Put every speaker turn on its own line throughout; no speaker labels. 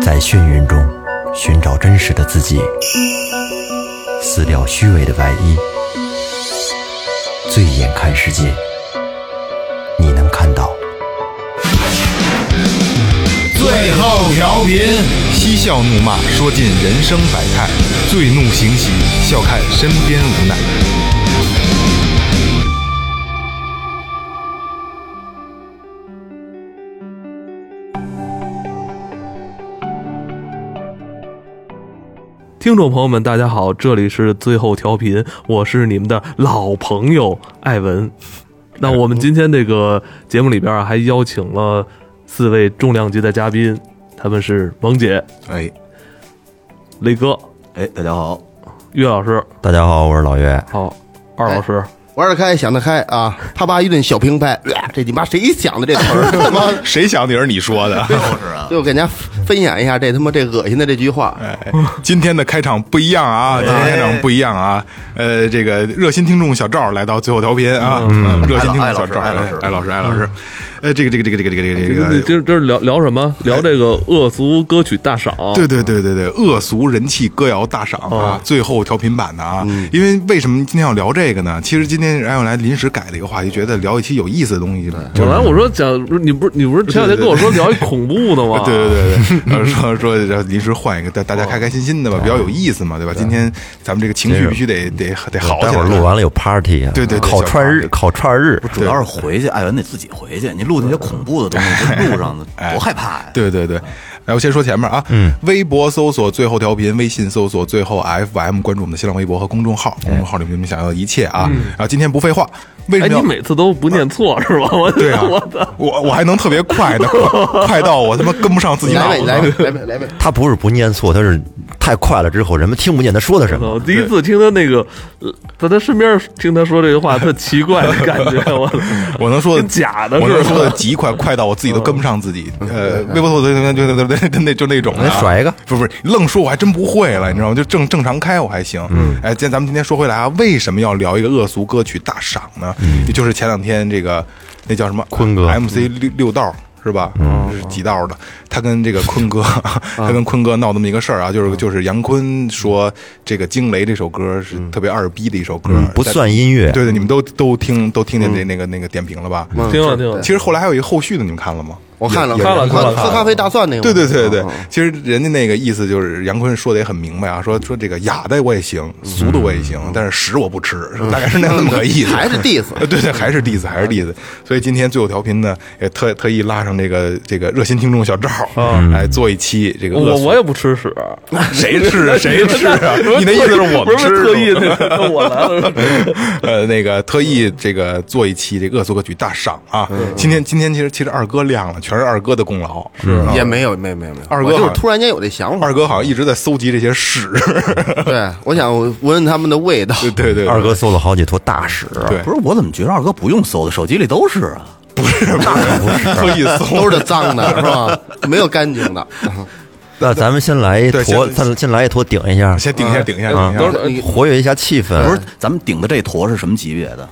在眩晕中寻找真实的自己，撕掉虚伪的外衣，醉眼看世界，你能看到。
最后调频，
嬉笑怒骂，说尽人生百态；醉怒行喜，笑看身边无奈。
听众朋友们，大家好，这里是最后调频，我是你们的老朋友艾文。那我们今天这个节目里边啊还邀请了四位重量级的嘉宾，他们是萌姐、
哎，
雷哥、
哎，大家好，
岳老师，
大家好，我是老岳。
好，二老师，
玩得开，想得开啊！他妈一顿小平拍，呀这你妈谁想的这词儿？他妈，
谁想的也是你说的。
就给大家分享一下这他妈这恶心的这句话。
今天的开场不一样啊，
哎
今天开场不一样啊。呃，这个热心听众小赵来到最后调频啊，热心听众小赵，
嗯艾
哎
老师
艾老师，艾老师，呃，这个这个这个这个这个这
这
个
这。这这是聊聊什么？聊这个恶俗歌曲大赏。
哎对对对对对，恶俗人气歌谣大赏啊，最后调频版的啊。因为为什么今天要聊这个呢？其实今天然后来临时改了一个话题，觉得聊一期有意思的东西呢。
本来我说讲，你不是你不是前两天跟我说聊一恐怖的吗？
对对对对，然后说说然后临时换一个，大大家开开心心的吧，比较有意思嘛，对吧？今天咱们这个情绪必须得得得好起
待
来。
会儿录完了有 party 啊，
对对对
烤串
小
日，
party
烤串日，
主要是回去，艾文得自己回去，你录那些恐怖的东西，这路上的多害怕呀！
对对对，来，我先说前面啊，嗯，微博搜索最后调频，微信搜索最后 FM，关注我们的新浪微博和公众号，公众号里面你们想要的一切啊。然后今天不废话，为什么
哎，你
要？
每次都不念错是吧？我
对啊
我的，，
我我还能特别快呢，快到我他妈跟不上自己
来
脑
呗，
子。
来呗，来呗，来呗！
他不是不念错，他是太快了之后人们听不见他说的什么。
我哦第一次听他那个，呃在他身边听他说这句 话，特奇怪的感觉，我
我能说的
跟假的嗯
我
似的
能说的极快，快到我自己都跟不上自己。呃，微博搜索就就就就那就那种的啊，
来嗯甩一个
不是不是，愣说我还真不会了，你知道吗？就正正常开我还行。
嗯
哎，今天咱们今天说回来啊，为什么要聊一个恶俗歌曲大赏呢？也就是前两天这个那叫什么
嗯坤哥
MC 六六道。是吧？嗯，是几道的。他跟这个坤哥，
嗯
他跟坤哥闹那么一个事儿啊，就是就是杨坤说这个《惊雷》这首歌是特别二逼的一首歌，
嗯嗯，不
在
算音
啊
乐，
对对，你们都都听都听见
嗯
那那个那个点评了吧？
听了听了
其，实后来还有一个后续的，你们看了吗？
我看了，
也也
看了看了
喝咖啡大蒜那个。
对对对对
啊
对，其实人家那个意思就是杨坤说的也很明白啊，说说这个雅的我也行，
嗯
俗的我也行，但是屎我不吃，大概是那那么个意思。
还是 diss
呃 对对，还是 diss，还是 diss。所以今天最后调频呢，也特特意拉上这个这个热心听众小赵
嗯
来做一期这个恶
我
俗
我也不吃屎，？
谁吃啊谁吃啊 你的意思是我们
不是
吃是吧
特 意的，我来了，
呃，那个特意这个做一期这个恶作歌曲大赏啊。
嗯
今天今天其实其实二哥亮了，全是二哥的功劳。是
也没有，没有，没有，没有。
二哥
我就
好
是突然间有这想法
二，哥好像一直在搜集这些 屎。
对，我想闻闻他们的味道。
对对对，
二哥搜了好几坨大屎，啊
对
不是我怎么觉得二哥不用搜的，手机里都是啊？
特意搜。
都是这脏的，是吧？没有干净的。
那咱们先来一
对
坨，
先
咱先来一坨顶一下，
先顶一下，顶一下，顶一
啊都
下。
是你
活跃一下气氛。
不是，咱们顶的这坨是什么级别的？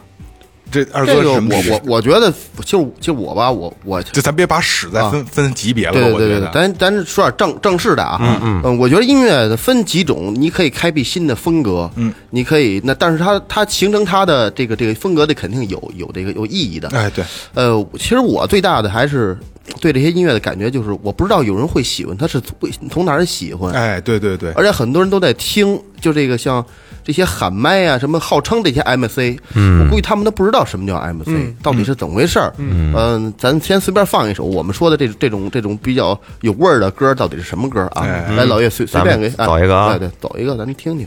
这二
这
哥
个
是
我
什么？
我我觉得，就就我吧，我我
就咱别把屎再分分级别了吧，
啊对
我
对
觉
对
得
对，。咱咱说点正正式的啊，嗯嗯，我觉得音乐分几种，你可以开辟新的风格，嗯，你可以那，但是它它形成它的这个这个风格的肯定有有这个有意义的，
哎，对，
呃，其实我最大的还是对这些音乐的感觉就是，我不知道有人会喜欢，他是从从哪儿喜欢，
哎，对对对，
而且很多人都在听，就这个像这些喊麦啊，什么号称这些 MC，嗯，我估计他们都不知道什么叫 MC，、到底是怎么回事儿。嗯、咱先随便放一首我们说的这这种这种比较有味儿的歌，到底是什么歌啊？
哎
来，老岳随随便给
嗯咱们找一个啊
哎对对，走一个，咱听听。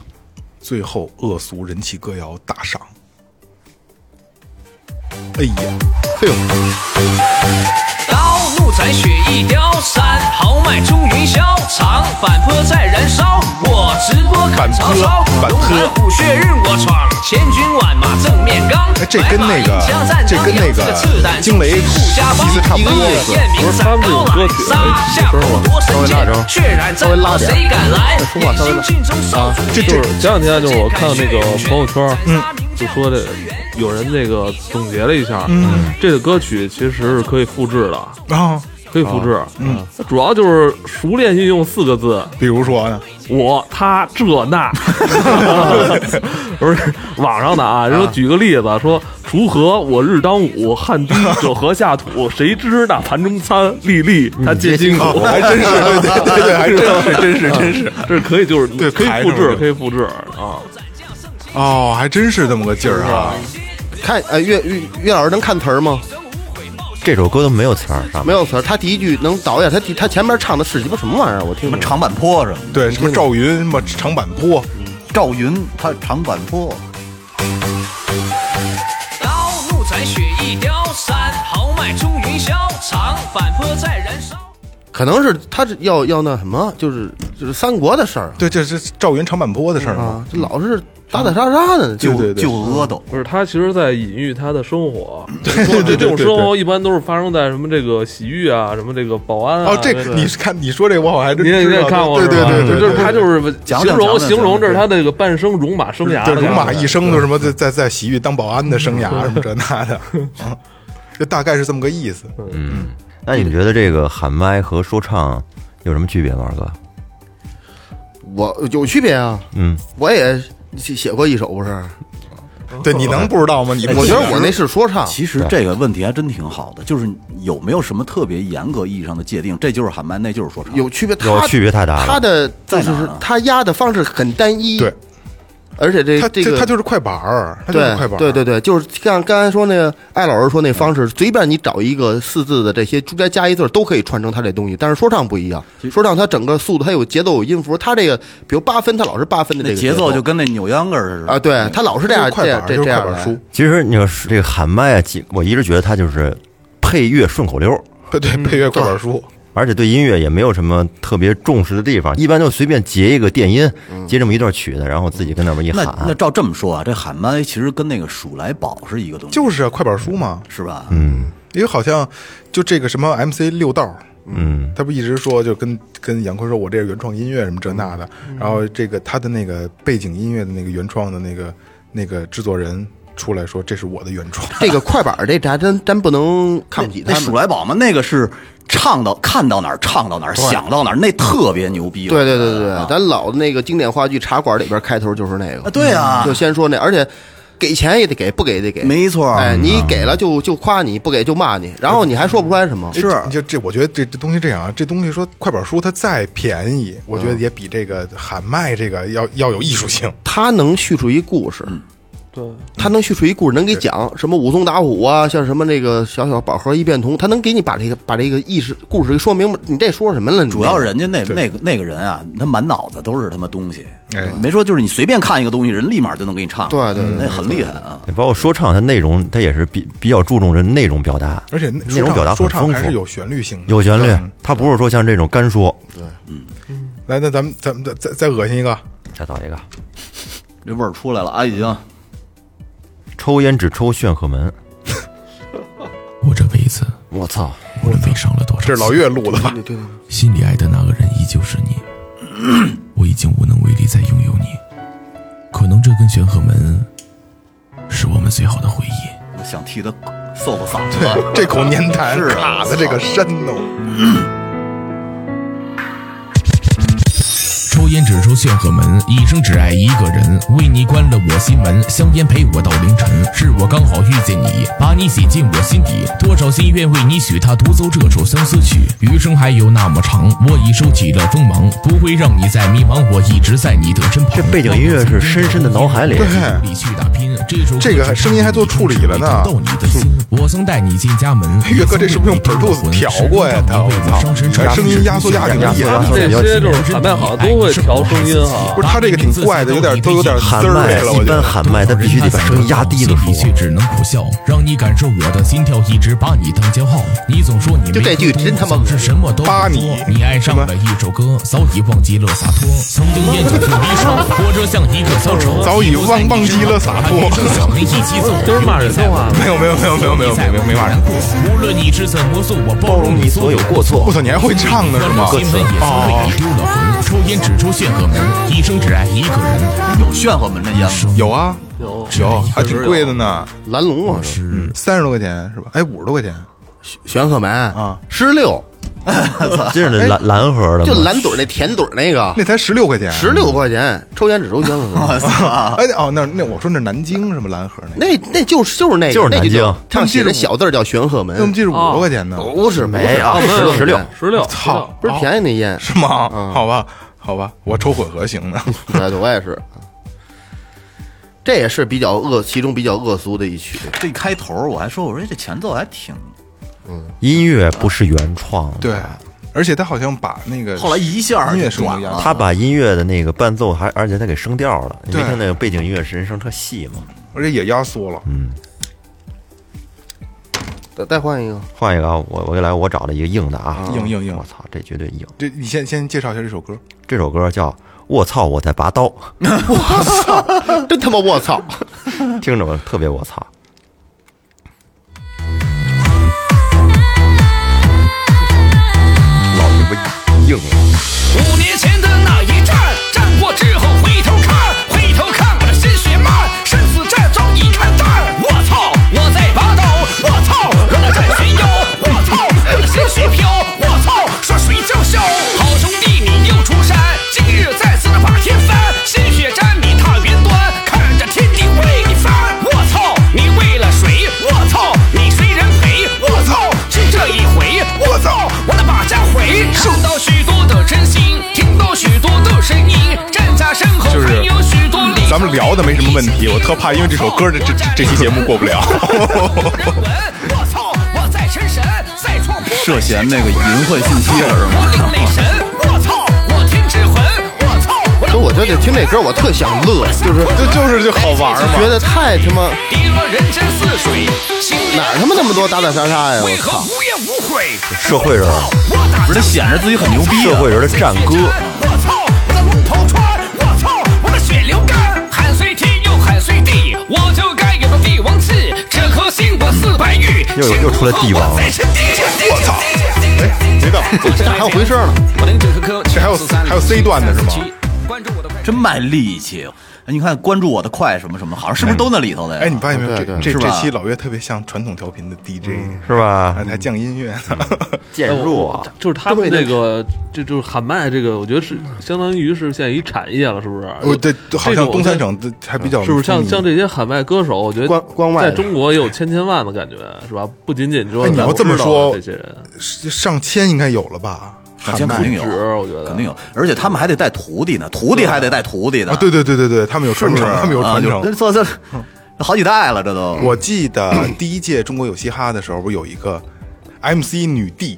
最后恶俗人气歌谣大赏。哎呀，
哎呦，
刀怒斩雪一雕，三豪迈冲云霄，长反坡在燃烧，我直播砍曹操
反，坡
龙盘虎穴任我闯，千军万马正面刚
哎，这跟那个
白马银枪战
这跟那个
张扬刺胆
惊雷
护家邦
意思差不多
一个
意思
雁
不
鸣闪
是他们有
高
歌
来
曲
杀下
不是我
夺
稍微
神
拉
剑
着，
血染
稍微
战
拉
袍
点
谁敢来？
说话稍微拉
野心尽中少主
这
角
这
前两天就是我看那个朋友圈，嗯，就说这有人那个总结了一下，嗯，这个歌曲其实是可以复制的，
啊，
可以复制。嗯，主要就是熟练运用四个字：
比如说呢，
我、他、这、 那。不是网上的啊，人说举个例子，说锄禾我日当午，汗滴九禾下土，谁知那盘中餐，粒粒
嗯
他皆辛苦。
哦还真是，对对对 对，还真是，真是，真是，
这是可以，就是
对
可以
排
复
上
制，
了
可以复制啊。
哦，还真是这么个劲儿啊！
看，呃，岳岳岳老师能看词儿吗？
这首歌都没有词儿，上
没
面
有词儿，他第一句能倒一下，他第他前面唱的是鸡巴什么玩意儿？啊我听
什
不懂
么长坂坡什么的，
对，什么赵云，什么长坂坡，
赵云他长坂坡，
刀怒斩雪亦雕，山豪迈冲云霄，长坂坡在燃烧。
可能是他是要要那什么，就是就是三国的事儿啊
对，这是赵云长坂坡的事儿嘛。
啊，这老是打打杀杀的，就
对对
就
对
就阿斗，
不是，他其实在隐喻他的生活。
对对对
这种
对
生活一般都是发生在什么这个洗浴啊，什么这个保安啊。
哦，这
个
你看你说这我好像还真
您也
知道
看过
对
是吧
对对对，
就是
对
他就是
讲
形
讲讲
容
讲
形容
讲
这是他的这个半生戎马生涯
对
的感觉，
戎马一生的什么在在在洗浴当保安的生涯什么这那的，啊就大概是这么个意思。
那你们觉得这个喊麦和说唱有什么区别吗，二哥？
我有区别啊。
嗯，
我也写写过一首，不是？
哎对，你能不知道吗？你
我觉得我那是说唱，
其实这个问题还真挺好的，就是有没有什么特别严格意义上的界定？这就是喊麦，那就是说唱。
有区别，他
有区别太大了
他的就
在哪儿啊
是
呢
他压的方式很单一，
对，
而且这
他
这个
他就是快板儿，他就是
对
快板儿，
对对对，就是像刚才说那个艾老师说那方式，随便你找一个四字的这些，中间加一字儿都可以串成他这东西。但是说唱不一样，说唱它整个速度，它有节奏有音符，它这个比如八分，它老是八分的这
那
个
节
奏
奏就跟那扭秧歌儿似的
啊，对，它老是这样
快
这样
板
这
就是
这
快
样
板
来
书，
其实你说这个喊麦啊，其我一直觉得它就是配乐顺口溜儿，
对对配乐快板书，
而且对音乐也没有什么特别重视的地方，一般就随便截一个电音，截这么一段曲子，然后自己嗯跟那边一
那
喊。嗯
那照这么说啊，这喊麦其实跟那个数来宝是一个东西，
就是啊快板书嘛。
是吧？嗯，
因为好像就这个什么 MC 六道，嗯，他不一直说就跟跟杨坤说，我这是原创音乐什么这那的，
嗯
然后这个他的那个背景音乐的那个原创的那个那个制作人出来说，这是我的原创，
这个快板儿这咱真真不能看不起
那
他
数
们。
来宝嘛，那个是唱到看到哪儿唱到哪儿，想到哪儿，那特别牛逼。
对对对对对，咱老的那个经典话剧《茶馆》里边开头就是那
啊，
个，
对啊
嗯就，先说那，而且给钱也得给，不给也得给。
没错儿。嗯
哎，你给了就就夸你，不给就骂你，然后你还说不出来什么。
是
你就这，我觉得这这东西这样啊，这东西说快板书它再便
嗯
宜，我觉得也比这个喊麦这个要要有艺 术性。
他能叙述一故事，
嗯
对，
他能叙述一故事，能给讲什么武松打虎啊，像什么那个小小宝盒一变通，他能给你把这个把这个意识故事给说明白。你这说什么了？你这
主要人家那那个那个人啊，他满脑子都是他妈东西
哎，
没说就是你随便看一个东西，人立马就能给你唱，
对对对
那很厉害啊。
包括说唱，它内容它也是比比较注重这内容表达，
而且那
内容表达
说
很
唱
丰
还是有
富，
旋律性的，
有旋律
嗯。
它不是说像这种干说。
来，那咱们咱们再再再恶心一个，
再找一个，
这味儿出来了啊，已经
抽烟只抽炫赫门。
我这辈子
我操！
无论悲伤了多少次，
这是老岳 录的吧？
心里爱的那个人依旧是 你，我已经无能为力再拥有你。可能这根玄鹤门是我们最好的回忆。
我想替他嗽嗽嗓子。
对，这口粘痰
是啊
卡的这个山哦。
抽烟只抽炫鹤门，一生只爱一个人。为你关了我心门，香烟陪我到凌晨。是我刚好遇见你，把你写进我心底。多少心愿为你许，他独奏这首相思曲。余生还有那么长，我已收起了锋芒，不会让你再迷茫。我一直在你的身旁。
这背景音乐是深深地脑海里对
这
这个声音还做处理了呢
我曾带你进 家门。
岳哥这是不是用 Pro 调过呀他我操声音压缩压挺厉害的
这些就是喊麦好像都会调声音啊哈
不是他这个挺怪的有点都有点
喊
滋
喊
儿
麦
来了，我
一
觉
般
得。
喊麦，他必须得把声音压低了
你
说
却。只能苦笑，让你感受我的心跳，一直把你当骄傲。你总说你没
就这句真他妈恶心
是什么都不
扒
说
你
你爱上了一首歌，早已忘记了洒脱。曾经烟酒不离手，活着像一个小丑，
早已忘忘记了洒脱
一生我们一起走，
就是骂人的话。
没有没有没有没有没有没有没骂人。
无论你是怎么做，我包容你所有过错
我。操，你还会唱呢是吗？
心门也曾
哦
为你丢了魂，抽烟只抽炫赫门，一生只爱一个人。
有炫赫门这烟吗？
有啊，有有，还挺贵的呢，
蓝
嗯
龙啊，
三十多块钱是吧？哎，五十多块钱
玄鹤门啊，十六
真
哎
是蓝蓝盒的
就
吗？
蓝嘴儿那甜嘴儿那个
那，才十六块钱，
十六块钱，抽烟只抽香 了。
哎哦，那那我说那南京什么蓝盒那个，
那那就是就是那个，
就是南京
那就叫他写的小字儿叫玄鹤门哦
那我，们记着五十块钱呢，
不是没有
没有
十六
十六，
操，
不是便宜那烟，
哦是吗？好吧，好吧，我抽混合型的，
对，对我也是。这也是比较恶，其中比较恶俗的一曲。
这开头我还说，我说这前奏还挺，
音乐不是原创的，
对，而且他好像把那个
后来一下儿
音乐
就是
不
转
一样
了
的，
他把音乐的那个伴奏还，而且他给升调了。你没
对
听那个背景音乐是人声特细吗？
而且也压缩了，
再再换一个，
换一个啊，我我给来，我找了一个硬的啊，
硬硬硬
我。操，这绝对硬。
这你先先介绍一下这首歌，
这首歌叫《我操我在拔 刀》，
真他妈我 操！
听着我特别我操。老鸡巴硬了，
五年前的那一战，战过之后回头看，回头看我的心血脉，生死战争已看淡。我操，我在拔刀，我操，我在寻幽，我操，我的心血飘，我操，说谁叫嚣？好兄弟你又出山，今日再次的把天翻，心血战你踏云端，看着天地为你翻。我操，你为了谁？我操，你谁人陪？我操，是这一回，我操，我得把家回。看到许多的真心，听到许多的声音，站在身后
就是
还有许多理想
咱们聊的没什么问题，我特怕因为这首歌的这这这期节目过不了。
我操，我在神神，在创不
涉嫌那个淫秽信息了是吗？
我领内神，我操，我天之魂，我操，我
就我觉得听这歌，我特想乐，就是
这就是就好玩
就
嘛，
觉得太他妈
滴落人间似水，心里
哪儿他妈那么多打打杀杀呀！我
为何
操！
无怨无悔？
社会人，
我打
不是，他显着自己很牛逼
社
啊。
会人的战歌。
我操，我的龙头穿，我操，我的血流干，喊碎天又喊碎地，我就该有个帝王气，这颗心我四百玉，
又又出来帝王了
我操，
没到，
还有回声呢，
这还有还有 C 段的是吗？
关注我的快
真卖力气。你看，关注我的快什么什么，好像是不是都那里头的呀？
哎，你发现没有？这这
是吧
这期老岳特别像传统调频的 DJ，
是吧
还？还降音乐呢。
渐弱啊，
就是他们这个，这就是喊麦这个，我觉得是相当于是现在一产业了，是不是？
我哦对，好像东三
省。
省的还比较
是不是像
风靡
像这些喊麦歌手，我觉得
光光外
在
的
中国也有千千万的感觉，是吧？不仅仅说
哎你要
咱
这么
知道
说
这些人
上千应该有了吧？
上千
喊麦
肯定有，
不止我觉得
肯定有，而且他们还得带徒弟呢，徒弟还得带徒弟呢。
啊，对对对对对，他们有
是
传
不是，
承，他们有传
啊就
承。嗯
这这这好几代了，这都。
我记得第一届中国有嘻哈的时候，不是有一个 MC 女帝，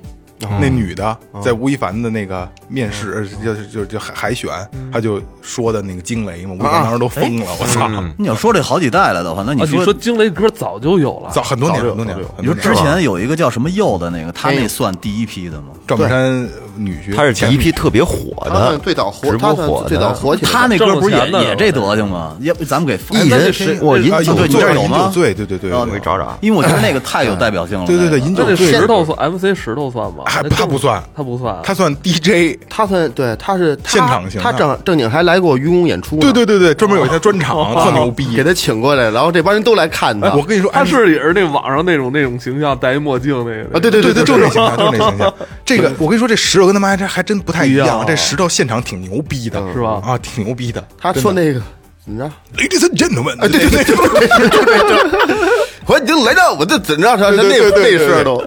那女的在吴亦凡的那个面试，呃就是就就海海选，她就说的那个惊雷嘛，吴亦凡当时都疯了，我操！
你要说这好几代了的话，那你
啊，你
说
说惊雷歌早就有了，
早很多年，很多年，
你说
很多
之
年哎
前有一个叫什么佑的那个，他那算第一批的吗？
赵本山女婿，
他是第一批特别火
他们
的，
最早火，
直
他
播
们
火的，
最早火起来的。
他那歌不是也
挣了钱的
也这德行吗？要不咱们给放
艺
哎
人
那谁
我饮
啊，
酒
饮
对
酒
你这儿
醉，
有
饮
吗
酒醉，对对对，
哦
我给找找啊，
因为我觉得那个太有代表性了。
对对对，
哦那个
饮
那
酒
这
醉
石
是，
头算 MC 石头算吗？
还
那
他
更
不算
他不算，
他算 DJ，
他算对，他是他
现场型的啊
他正正经还来过愚公演出呢，
对对对对，专门有一台专场，特牛逼
给。他请过来，然后这帮人都来看他。
哎我跟你说，
他
MC
是也是那网上那种那种形象，戴一墨镜那个
啊，对对
对
对，
就是那形象，就是那形象。这个我跟你说，这石头跟他们还真还真不太一
不一样
样
啊。
这石头现场挺牛逼的，
是吧
啊，挺牛逼的。
他说那个，怎么着？
Ladies and gentlemen，哎，对对对，对
我已经来到我这怎着？他
对
那
对对对
那事儿都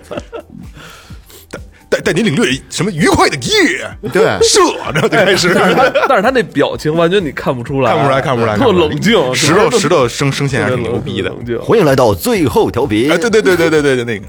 带带带您领略什么愉快的夜，
对
射，然后就开始。
但是他但是他那表情完全你看不出来，
看不出来，看不出来，
特
看不出来
冷静，
石头石头声声线还
特
是
别
挺牛
冷
逼的。
冷静。
欢迎来到最后调频
哎，。对对对对对对对，那个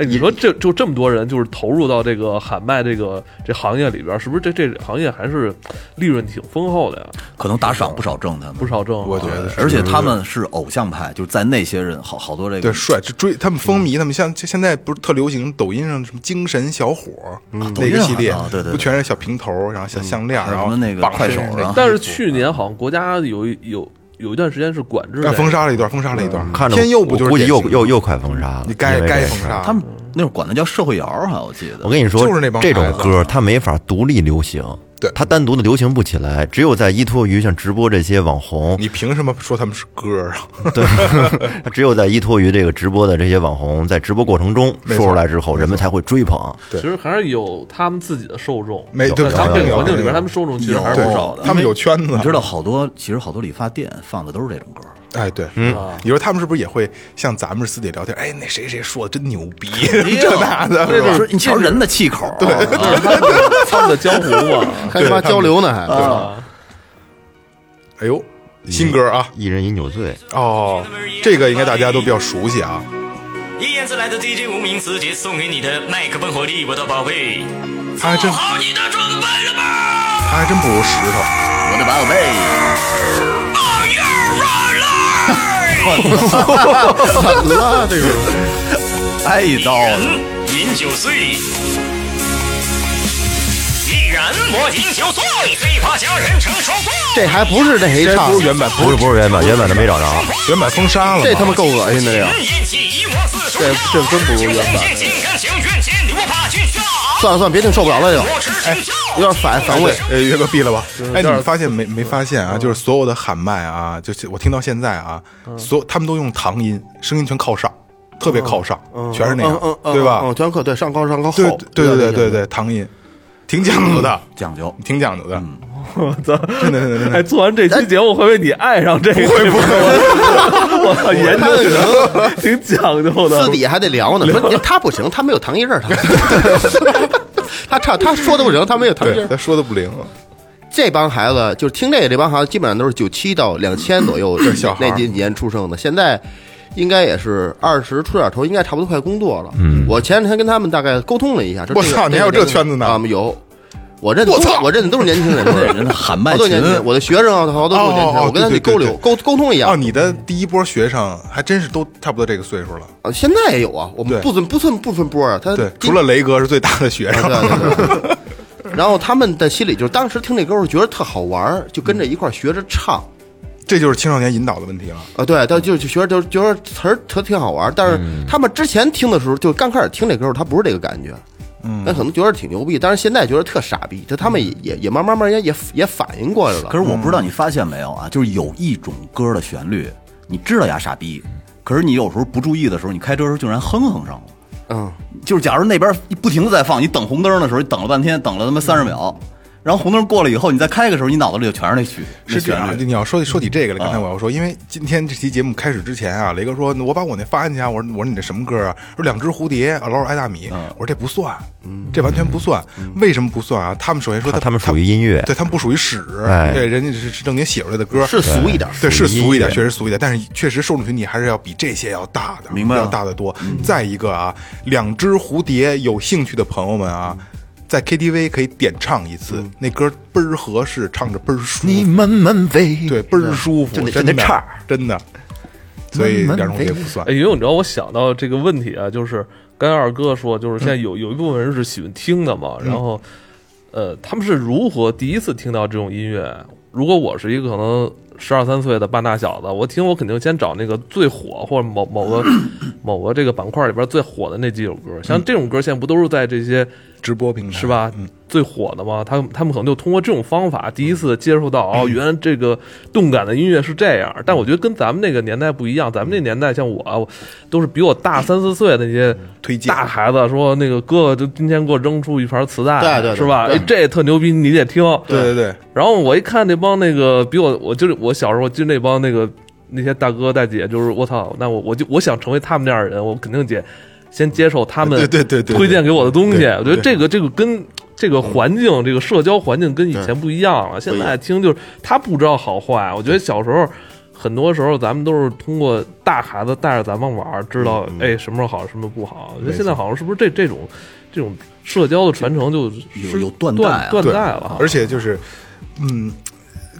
哎，你说这就这么多人，就是投入到这个喊麦这个这行业里边儿，是不是这这行业还是利润挺丰厚的呀？
可能打赏不少挣他们
不。少挣啊，
我觉得是，
而且他们是偶像派，就是在那些人好好多这
对
个
帅，就追他们风靡，他们像现在不是特流行抖音上什么精神小伙儿那个系列
啊，对对对
不全是小平头，然后小项链，
还有
然后
什么那个
绑
快手
身上
啊
但是去年好像国家有一有有一段时间是管制
那啊，
的
封杀了一段，封杀了一段，
嗯看着
天佑不就
我
是
估计
典
又
型
又又快封杀了，
你该
因为这
该
事
封
儿
杀
他们 那会儿管他叫社会摇儿哈，我记得
我跟你说，
就是那帮
这种
孩子啊
歌它没法独立流行，
对
它单独的流行不起来，只有在依托于像直播这些网红，
你凭什么说他们是歌儿啊？
对，它只有在依托于这个直播的这些网红，在直播过程中说
错
出来之后，人们才会追捧。
对
其实还是有他们自己的受众，
没对
在他们
有
这个环境里
有有
边，他们受众其实还是
对
不
有
少的。
他们有圈子，
你知道好多，其实好多理发店放的都是这种歌。
哎，对，嗯，你说他们是不是也会像咱们私底聊天？哎，那谁谁说的真牛逼，
哎
这那的，是吧
说你瞧人的气口，对，
他们的江湖嘛，
还他妈交流呢，还
哎呦，新歌啊，
一人饮酒醉，
哦，这个应该大家都比较熟悉啊。
依然是来自 DJ 无名指节送给你的麦克风活力，我的宝贝。
他还真，
好
哦
你的准备了吗？
他还真不如石头。
我的宝贝，
冒烟儿来！
怎么了？
啊
这是
太糟了。
人嗯饮酒醉，依然我饮酒醉，黑发佳人成双对。
这还不是那谁
这还
唱
不是？原版，
不是不是原版，原版的没找着。啊
原版封杀了吗，
这他妈够恶心的！这个
这这真不如原版。
算了算了，别听，受不了了又，
哎
有点反反胃。
呃，岳哥毙了吧？
嗯
哎，你发现没没发现啊？就是所有的喊麦啊，就是我听到现在啊，
嗯
所有他们都用唐音，声音全靠上，特别靠上，全是那
嗯嗯
样，
嗯，
对吧
嗯，？全课对上高上高
对
后，
对对对对
对，
对，唐音，挺讲究的，
讲究，
挺讲究的。
嗯
我操！哎，做完这期节目，会不会你爱上这个？不会不会， 我操，研究的 挺讲究
私
的。
底下还得聊呢。说你他不行，他没有糖衣刃，他 他唱他说的不行，他没有糖衣
对，
刃。
他说的不灵，
这帮孩子就是听这个，这帮孩子基本上都是九七到两千左右
嗯小孩儿
那几年出生的，现在应该也是二十出点头，应该差不多快工作了。我前两天跟他们大概沟通了一下，就
嗯我
这个
操你还有
个
这圈子呢
啊，有。我认得
我操
我认的都是年轻 人，
对人家喊麦
好多年轻
群
人，我的学生啊，好多都是年轻
哦哦
人，
哦
我跟他
对
们
对
沟流
对
沟沟通一下
哦，，你的第一波学生还真是都差不多这个岁数了。
啊现在也有啊，我
对
们不分不分不分波啊，他
对，
今
除了呃雷哥是最大的学生。
对对 对。然后他们的心里就是当时听这歌儿觉得特好玩儿，就跟着一块儿学着唱。
这就是青少年引导的问题了。
啊，对，但就就学着就觉得词儿特挺好玩儿，但是
嗯
他们之前听的时候，就刚开始听这歌儿，他不是这个感觉，嗯，但可能觉得挺牛逼，但是现在觉得特傻逼，就他们也也也慢慢慢也也也反应过来了，
嗯可是我不知道你发现没有啊，就是有一种歌的旋律，你知道呀傻逼，可是你有时候不注意的时候，你开车的时候竟然哼哼上了。
嗯，
就是假如那边不停的在放，你等红灯的时候，你等了半天，等了他妈三十秒，
嗯
然后红灯过了以后，你再开的时候，你脑子里就全是那曲，
是嗯这
这
样，你要说说起这个来，刚才我要说，因为今天这期节目开始之前啊，雷哥说我把我那发给你啊，我说我说你这什么歌啊？说两只蝴蝶，啊，老鼠爱大米。我说这不算，这完全不算。为什么不算啊？他们首先说
他
嗯他
他们属于音乐
对他们不属于史，
哎
对，人家是是正经写出来的歌，
是俗一点儿，
对，是
音
俗一点，
乐
确实俗一点，但是确实受众群体还是要比这些要大的，
明白了
要大得多。
嗯
再一个啊，两只蝴蝶，有兴趣的朋友们啊，在 KTV 可以点唱一次，
嗯
那歌倍儿合适，唱着倍儿舒服，
慢慢飞，
对，倍儿舒服，
就那就
真的
那叉儿
真的。所以
慢慢
两种
飞
也不算
哎，，因为你知道，我想到这个问题啊，就是刚才二哥说，就是现在有有一部分人是喜欢听的嘛，然后，呃，他们是如何第一次听到这种音乐？如果我是一个可能十二三岁的半大小子，我听我肯定先找那个最火或者某某个 某个这个板块里边最火的那几首歌。像这种歌现在不都是在这些
直播平台
是？吧？最火的嘛，他们他们可能就通过这种方法第一次接触到哦，原来这个动感的音乐是这样。但我觉得跟咱们那个年代不一样，咱们那年代像我，我都是比我大三四岁的那些
嗯
推荐
大孩子说那个哥哥就今天给我扔出一盘磁带，
对对对
是吧？
对
哎，这特牛逼，你得听。
对对对，
然后我一看那帮那个比我，我就是我小时候就那帮那个那些大哥大姐，就是我操，那我我就我想成为他们那样的人，我肯定得先接受他们
对对对对对
推荐给我的东西。
对
我觉得这个这个跟这个环境、这个社交环境跟以前不一样了。现在听就是他不知道好坏，我觉得小时候。很多时候，咱们都是通过大孩子带着咱们玩儿，知道、
嗯
哎什么时候好，什么时候不好。我觉得现在好像是不是这这种这种社交的传承就是
有有断代
断
啊
断代
对
了啊，
而且就是，嗯。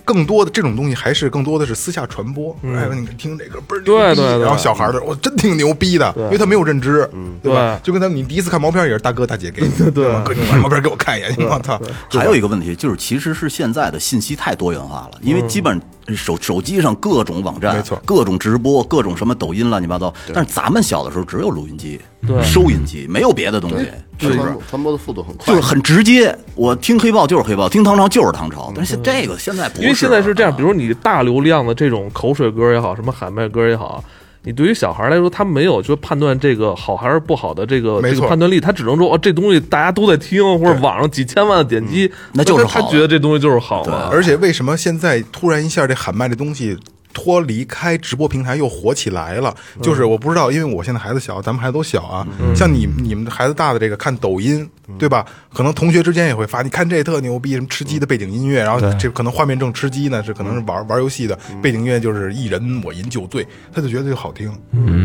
更多的这种东西还是更多的是私下传播。哎，你听这个倍儿牛逼
嗯对对嗯对
然后小孩儿的我真挺牛逼的，因为他没有认知，对吧？就跟他们你第一次看毛片也是大哥大姐给你， 对吧？哥，你把毛片给我看一眼，我操！
嗯
还有一个问题就是，其实是现在的信息太多元化了，因为基本手手机上各种网站，
没错
各种直播，各种什么抖音乱七八糟。但是咱们小的时候只有录音机、收音机，没有别的东西，是不是
传？播传播的速度很快，
就是很直接，我听黑豹就是黑豹，听唐朝就是唐朝。但是这个现在不
嗯
是，啊
因为现在是这
啊
样，比
如
如你大流量的这种口水歌也好，什么喊麦歌也好，你对于小孩来说，他没有就判断这个好还是不好的这个
没
这
错
个判断力，他只能说哦，这东西大家都在听，或者网上几千万的点
嗯
击，
那就是
他
好
啊
他
的
觉得这东西就是好嘛。
而且为什么现在突然一下这喊麦这东西脱离开直播平台又火起来了？就是我不知道，因为我现在孩子小，咱们孩子都小啊。像你你们孩子大的这个看抖音，对吧？可能同学之间也会发，你看这特牛逼，什么吃鸡的背景音乐，然后这可能画面正吃鸡呢，这可能是玩玩游戏的背景音乐就是一人我饮酒醉，他就觉得就好听，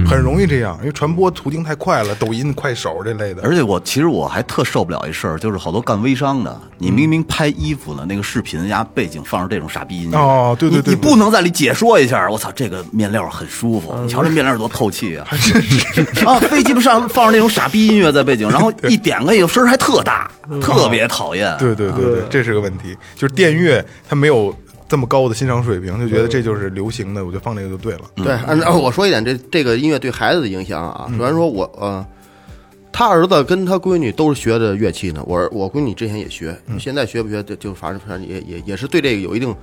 很容易这样，因为传播途径太快了，抖音、快手这类的。
而且我其实我还特受不了一事儿，就是好多干微商的，你
嗯
明明拍衣服呢，那个视频呀背景放着这种傻逼音乐，
哦对对对
你，你
对嗯
不能在里解说一下，我操，这个面料很舒服，你瞧这面料多透 气啊！ 啊，飞机上放着那种傻逼音乐在背景，然后一点个有声儿还特大，特别讨厌。
嗯对对对对，这是个问题，就是电乐它没有这么高的欣赏水平，就觉得这就是流行的，我就放这个就对了。
对，
嗯
按照我说一点，这这个音乐对孩子的影响啊，虽然说我呃，他儿子跟他闺女都是学的乐器呢，我儿我闺女之前也学，
嗯
现在学不学就就反正反正也也也是对这个有一定，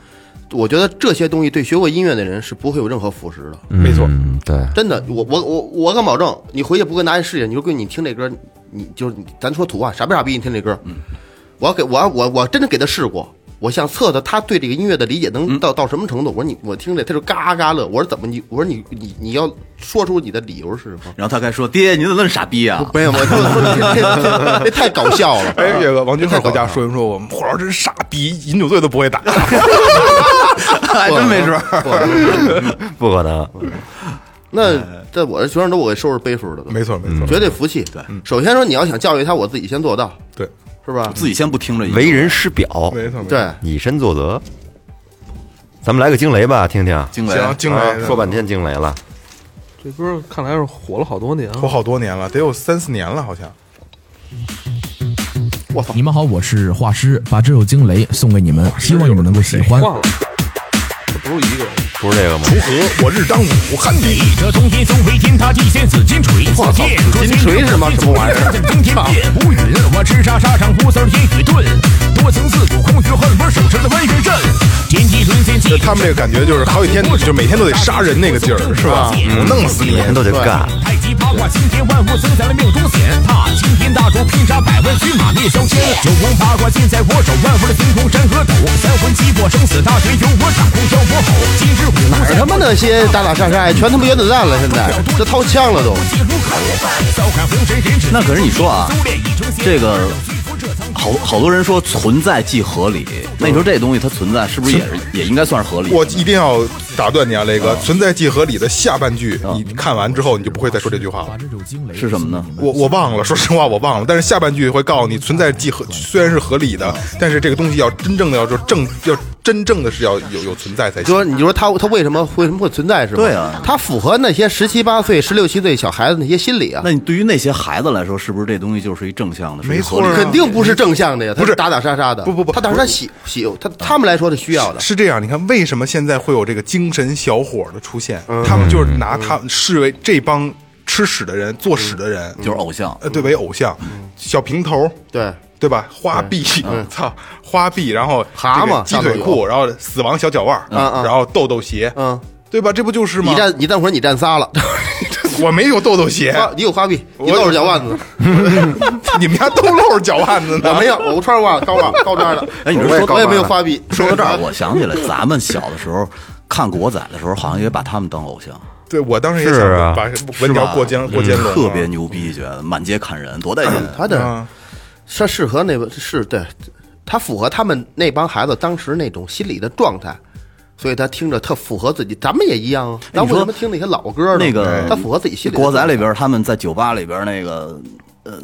我觉得这些东西对学过音乐的人是不会有任何腐蚀的，
没错
嗯，对，
真的，我我我我敢保证，你回去不跟拿去试去，你说闺女你听这歌，你就是你咱说土话，傻不傻逼？你听这歌，
嗯
我要给我要我我真的给他试过，我想测测他对这个音乐的理解能
嗯
到、到什么程度。我说你我听着他就嘎嘎乐，我说怎么你我说你你你要说出你的理由是什么？
然后他该说：“爹，你怎么那么傻逼啊
没有，我就说 这这太搞笑了。
哎， 岳哥，王军浩回家说一说，我们霍老师真是傻逼，饮酒醉都不会打。
还真没准
不可能，
那
哎
在我的学生都我给收拾背书的，
没错，没
嗯
错，
绝对服气。对，首先说你要想教育他，我自己先做到，
对，
是吧？”？
自己先不听这音乐
为人师表，
没错，没错。
对，
以身作则。咱们来个惊雷吧，听听。
惊雷，
行，惊
啊
雷
说半天惊雷了，
这歌看来是火了好多年啊
我。好多年了，得有三四年了，好像。
你们好，我是画师，把这首《惊雷》送给你们，希望你们能够喜欢。
换了，这不是一个人。
不是这个吗？
和我日当午，汉你
这通天松回天，他地仙紫金锤，
啊
我操，
金锤是吗什么玩意儿？
惊天变无云，我叱咤沙场胡三天与盾，多情自古空余恨，我手持的万人阵，天地沦陷，记
他们这个感觉就是好几天，就每天都得杀人那个劲儿，是吧？我弄死 你
每！天都得干，
太极八卦惊天万物，增加了命中险。踏青天大柱，拼杀百万军马灭萧千。九宫八卦尽在我手，万物的星空山河抖。三魂七魄生死大权由我掌控，妖魔吼。今日虎
哪儿他妈那些打打杀杀呀，全他妈原子弹了，现在这掏枪了都。
那可是你说啊，这个好好多人说存在即合理，那你说这东西它存在是不是也是也应该算是合理？
我一定要打断你啊，雷哥，《存在即合理》的下半句，
嗯
你看完之后，你就不会再说这句话了。
是什么呢？
我我忘了，说实话我忘了，但是下半句会告诉你，存在即合虽然是合理的，但是这个东西要真正的要说正要真正的是要有有存在才
你说，
行。
你说他他为什么为什么会存在是吧？
对啊
他符合那些十七八岁、十六七岁小孩子那些心理啊，
那你对于那些孩子来说，是不是这东西就是一正向的？
没错啊
是一合理的
肯定不是正向的呀，他
不是
打打杀杀的，
不不不
他打杀喜喜他他们来说是需要的，
是这样，你看为什么现在会有这个精神小伙的出现？
嗯
他们就是拿他们视为这帮吃屎的人、做屎的人，
嗯
就是偶像。
呃，对为偶像，小平头。
对，
对吧？花臂， 操，花臂，然后
嗯蛤蟆
这个鸡腿
上头
裤，然后死亡小脚腕儿，
嗯
然后豆豆鞋，
嗯，
对吧？这不就是吗
你？站你站会儿你站仨了，
我没有豆豆鞋，
花你有花臂，
我
你露着脚腕子，
你们家都露着脚腕子呢
我。没有，我穿着袜高袜高踭的，
哎，你说
我
说
也我也没有花臂，
说到这儿，我想起来， 咱们小的时候看国仔的时候，好像也把他们当偶像，
对，我当时也
是
想
啊
把
是
文
吧
条过江过肩了，
特别牛逼，觉得满街砍人多带劲。
他的
啊
他适合那个是对，他符合他们那帮孩子当时那种心理的状态，所以他听着特符合自己。咱们也一样啊，咱
你
为
说
什么听那些老歌呢？
那个
他符合自己心理的
国
状态。
仔里边，他们在酒吧里边那个呃，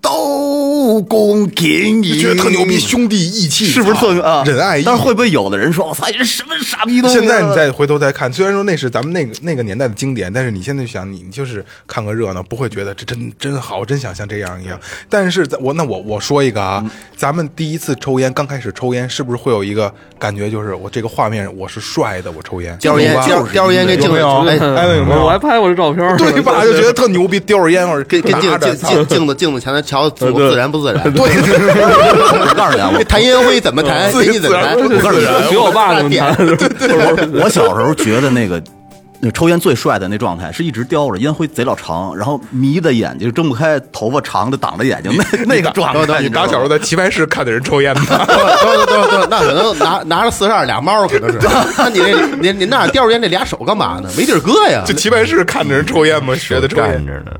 都恭敬你，
觉得特牛逼，兄弟义气，
是不是特别啊？
仁爱义？
但是会不会有的人说，我操，你这什么傻逼东西啊？
现在你再回头再看，虽然说那是咱们那个那个年代的经典，但是你现在想，你你就是看个热闹，不会觉得这真真好，真想像这样一样。但是在我那我我说一个啊，咱们第一次抽烟，刚开始抽烟，是不是会有一个感觉，就是我这个画面我是帅的，我抽烟，
叼着烟，叼叼着烟跟镜子，哎，
啊
哎有没有
我还拍过这照片儿，
对吧？就觉得特牛逼，叼着烟或者
跟跟
拿
镜
着
镜镜镜子镜子前头瞧自我自然不自然？对，
我告诉你啊，我
谈烟灰怎么谈？
自
给你怎么
然不
谈？
自然
学我爸怎么谈？
我小时候觉得那个。那抽烟最帅的那状态是一直叼着烟灰贼老长，然后迷的眼睛睁不开，头发长的挡着眼睛，那那 个状态。
你打小时候在棋牌室看的人抽烟吗？
对对对对，那可能拿拿着四十二俩猫，可能是。那你这你你那叼着烟这俩手干嘛呢？没地儿搁呀
就。棋牌室看着人抽烟吗？学的 抽
干
烟。
着呢，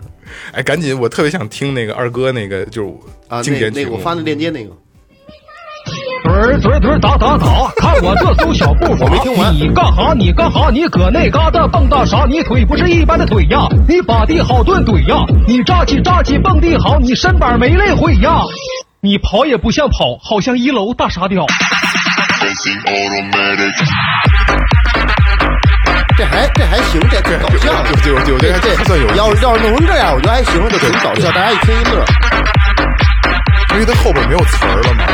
哎，赶紧，我特别想听那个二哥那个就是
啊，
经
那
典曲
那个
目。
我发的链接那个，
墩墩墩哎打打打，看我这走小 步伐。
我没听完
你干哈？你干哈？你搁那嘎达蹦跶啥？你腿不是一般的腿呀！你把地好顿怼呀！你扎起扎起蹦地好，你身板没累毁呀！你跑也不像跑，好像一楼大傻屌。
这还这还行，这挺搞笑的。
有有有有
这
这
这
还算有意思
要是要是弄成这样，我觉得还行，这挺搞笑，大家一听一乐。
因为它后边没有词儿了 嘛。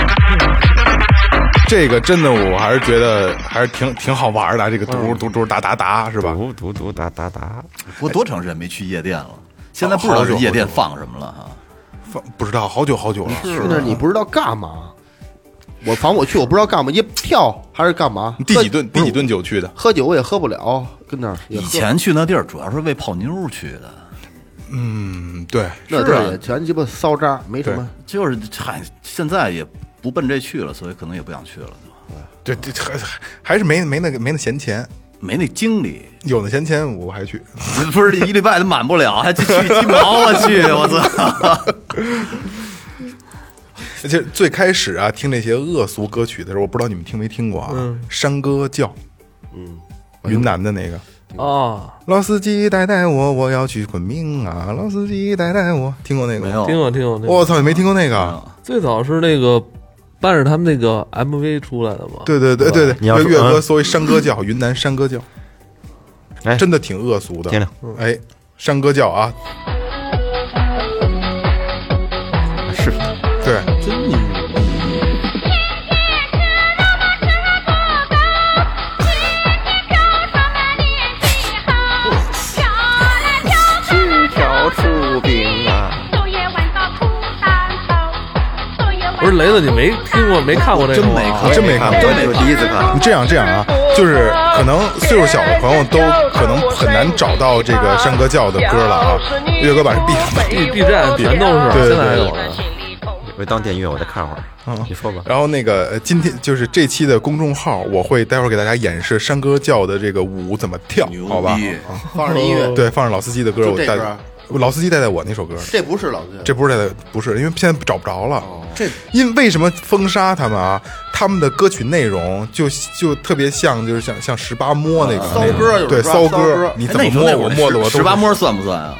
这个真的，我还是觉得还是挺挺好玩的。这
嗯
个嘟嘟嘟哒哒哒是吧？
嗯
读读读哒哒哒，
我多长时间没去夜店了？现在不知道是夜店放什么了哈。
放不知道好久好久了。
去那儿你不知道干嘛？我反正我去，我不知道干嘛，一跳还是干嘛？
第
喝
几顿第几顿酒去的？
喝酒我也喝不了，跟那儿也喝
以前去那地儿主要是为泡妞去的，
嗯，对，
那
是
地
啊
儿也全鸡巴骚渣，没什么。
就是嗨，现在也不奔这去了，所以可能也不想去了，
对对，还还是没没那个没那闲钱，
没那精力。
有那闲钱我还去。
不是一礼拜都满不了，还去鸡毛我去，我操！
而且最开始啊，听那些恶俗歌曲的时候，我不知道你们听没听过啊，山歌教，嗯，云南的那个。
啊，
老司机带带我，我要去昆明啊！老司机带带我，听过那个吗
没？有
听过听过听
我
过。
操，你没听过那个啊？
最早是那个伴着他们那个 MV 出来的嘛？
对对对对对，
你要
这
说
个岳哥
嗯
所谓山歌教，云南山歌教，
哎，
真的挺恶俗的。
听听
哎，山歌教啊，
是
对，
不是雷子，你没听过没看过这个吗？
真没看
我真没看过。
真没看过
第一次看，
你这样这样啊，就是可能岁数小的朋友都可能很难找到这个山歌教的歌了啊。岳哥把这闭上。
B B 站全都是，
对对对
现在还有呢。
我当电乐我再看会儿，
嗯
你说吧，
然后那个呃今天就是这期的公众号，我会待会儿给大家演示山歌教的这个舞怎么跳，好吧？啊
哎
放着音乐，
哦
对，放着老司机的歌，
就
我
这
带
歌啊
老司机带带我那首歌，
这不是老子，
这不是带带，不是，因为现在找不着了。
哦
这因为什么封杀他们啊？他们的歌曲内容就就特别像，就是像像十八摸那个
啊骚歌有时候
对
是吧
骚
骚
歌
歌，
你
哎
怎
那
么
你说
摸
那
我
会儿
摸的我都
十十八摸算不 算啊？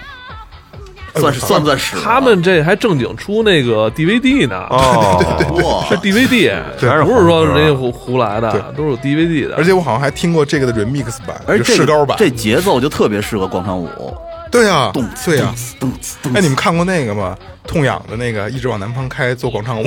算是算不算屎啊？
他们这还正经出那个 DVD 呢，
哦，
哇
是 DVD，
全是
不是说
黄歌
人家胡胡来的，都是有 DVD 的。
而且我好像还听过这个的 remix 版，
而
就
这
试
个
高版。
这节奏就特别适合广场舞，
对呀
动，
对啊呀。
动动。
哎，你们看过那个吗？痛痒的那个，一直往南方开，做广场舞，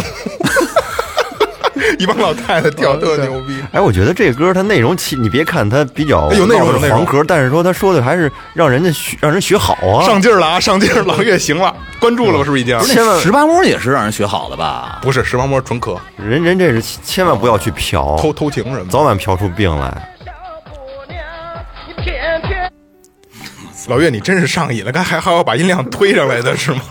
一帮老太太跳
哦
特牛逼。
哎，我觉得这歌它内容其你别看它比较
哎有内容有内容
黄壳，但是说他说的还是让人家学让人学好啊，
上劲儿了啊，上劲儿了，也行了，关注了吧？是不是已经？
哦嗯不是
千
那
万
十八摸也是让人学好的吧？
不是，十八摸纯磕，
哦
人人这是千万不要去嫖，
偷偷情什么的。
早晚嫖出病来。
老岳，你真是上瘾了，刚还还要把音量推上来的 是吗？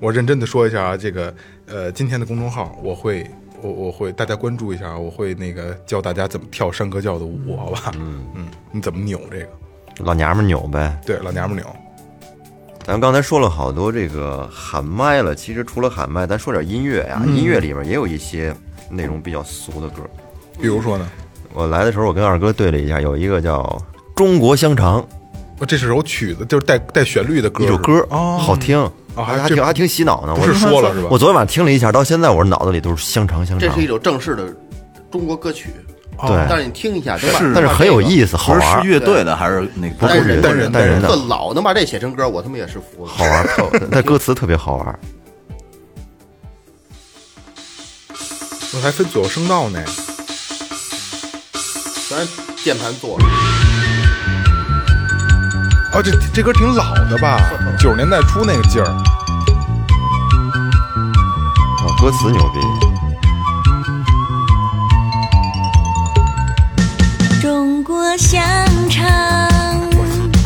我认真的说一下啊，这个呃，今天的公众号我会。我我会大家关注一下，啊我会那个教大家怎么跳山歌教的舞，好吧？嗯嗯，你怎么扭这个？
老娘们儿扭呗，
对，老娘们扭。
咱们刚才说了好多这个喊麦了，其实除了喊麦，咱说点音乐
嗯
呀、音乐里面也有一些内容比较俗的歌。
比如说呢？
我来的时候，我跟二哥对了一下，有一个叫《中国香肠》，
哦这是首曲子，就是带带旋律的歌，
一首歌
是吧哦，
好听，
哦还
还还
这
挺还挺洗脑呢。
不
我
是说了是吧？
我昨天晚上听了一下，到现在我脑子里都是香肠香肠。
这是一首正式的中国歌曲，
对
但是你听一下，能把
但是很有意
思。
思，好
不是
玩
是
儿，
乐队的还是那个？
但是
单人
单人的
特老能把这写成歌，我他妈也是服了。
好玩儿 特，那歌词特别好玩儿。
我还分左右声道呢，
全是键盘做的，
哦，这这歌挺老的吧？九十年代初那个劲儿，
啊，歌词牛逼，
中国香肠，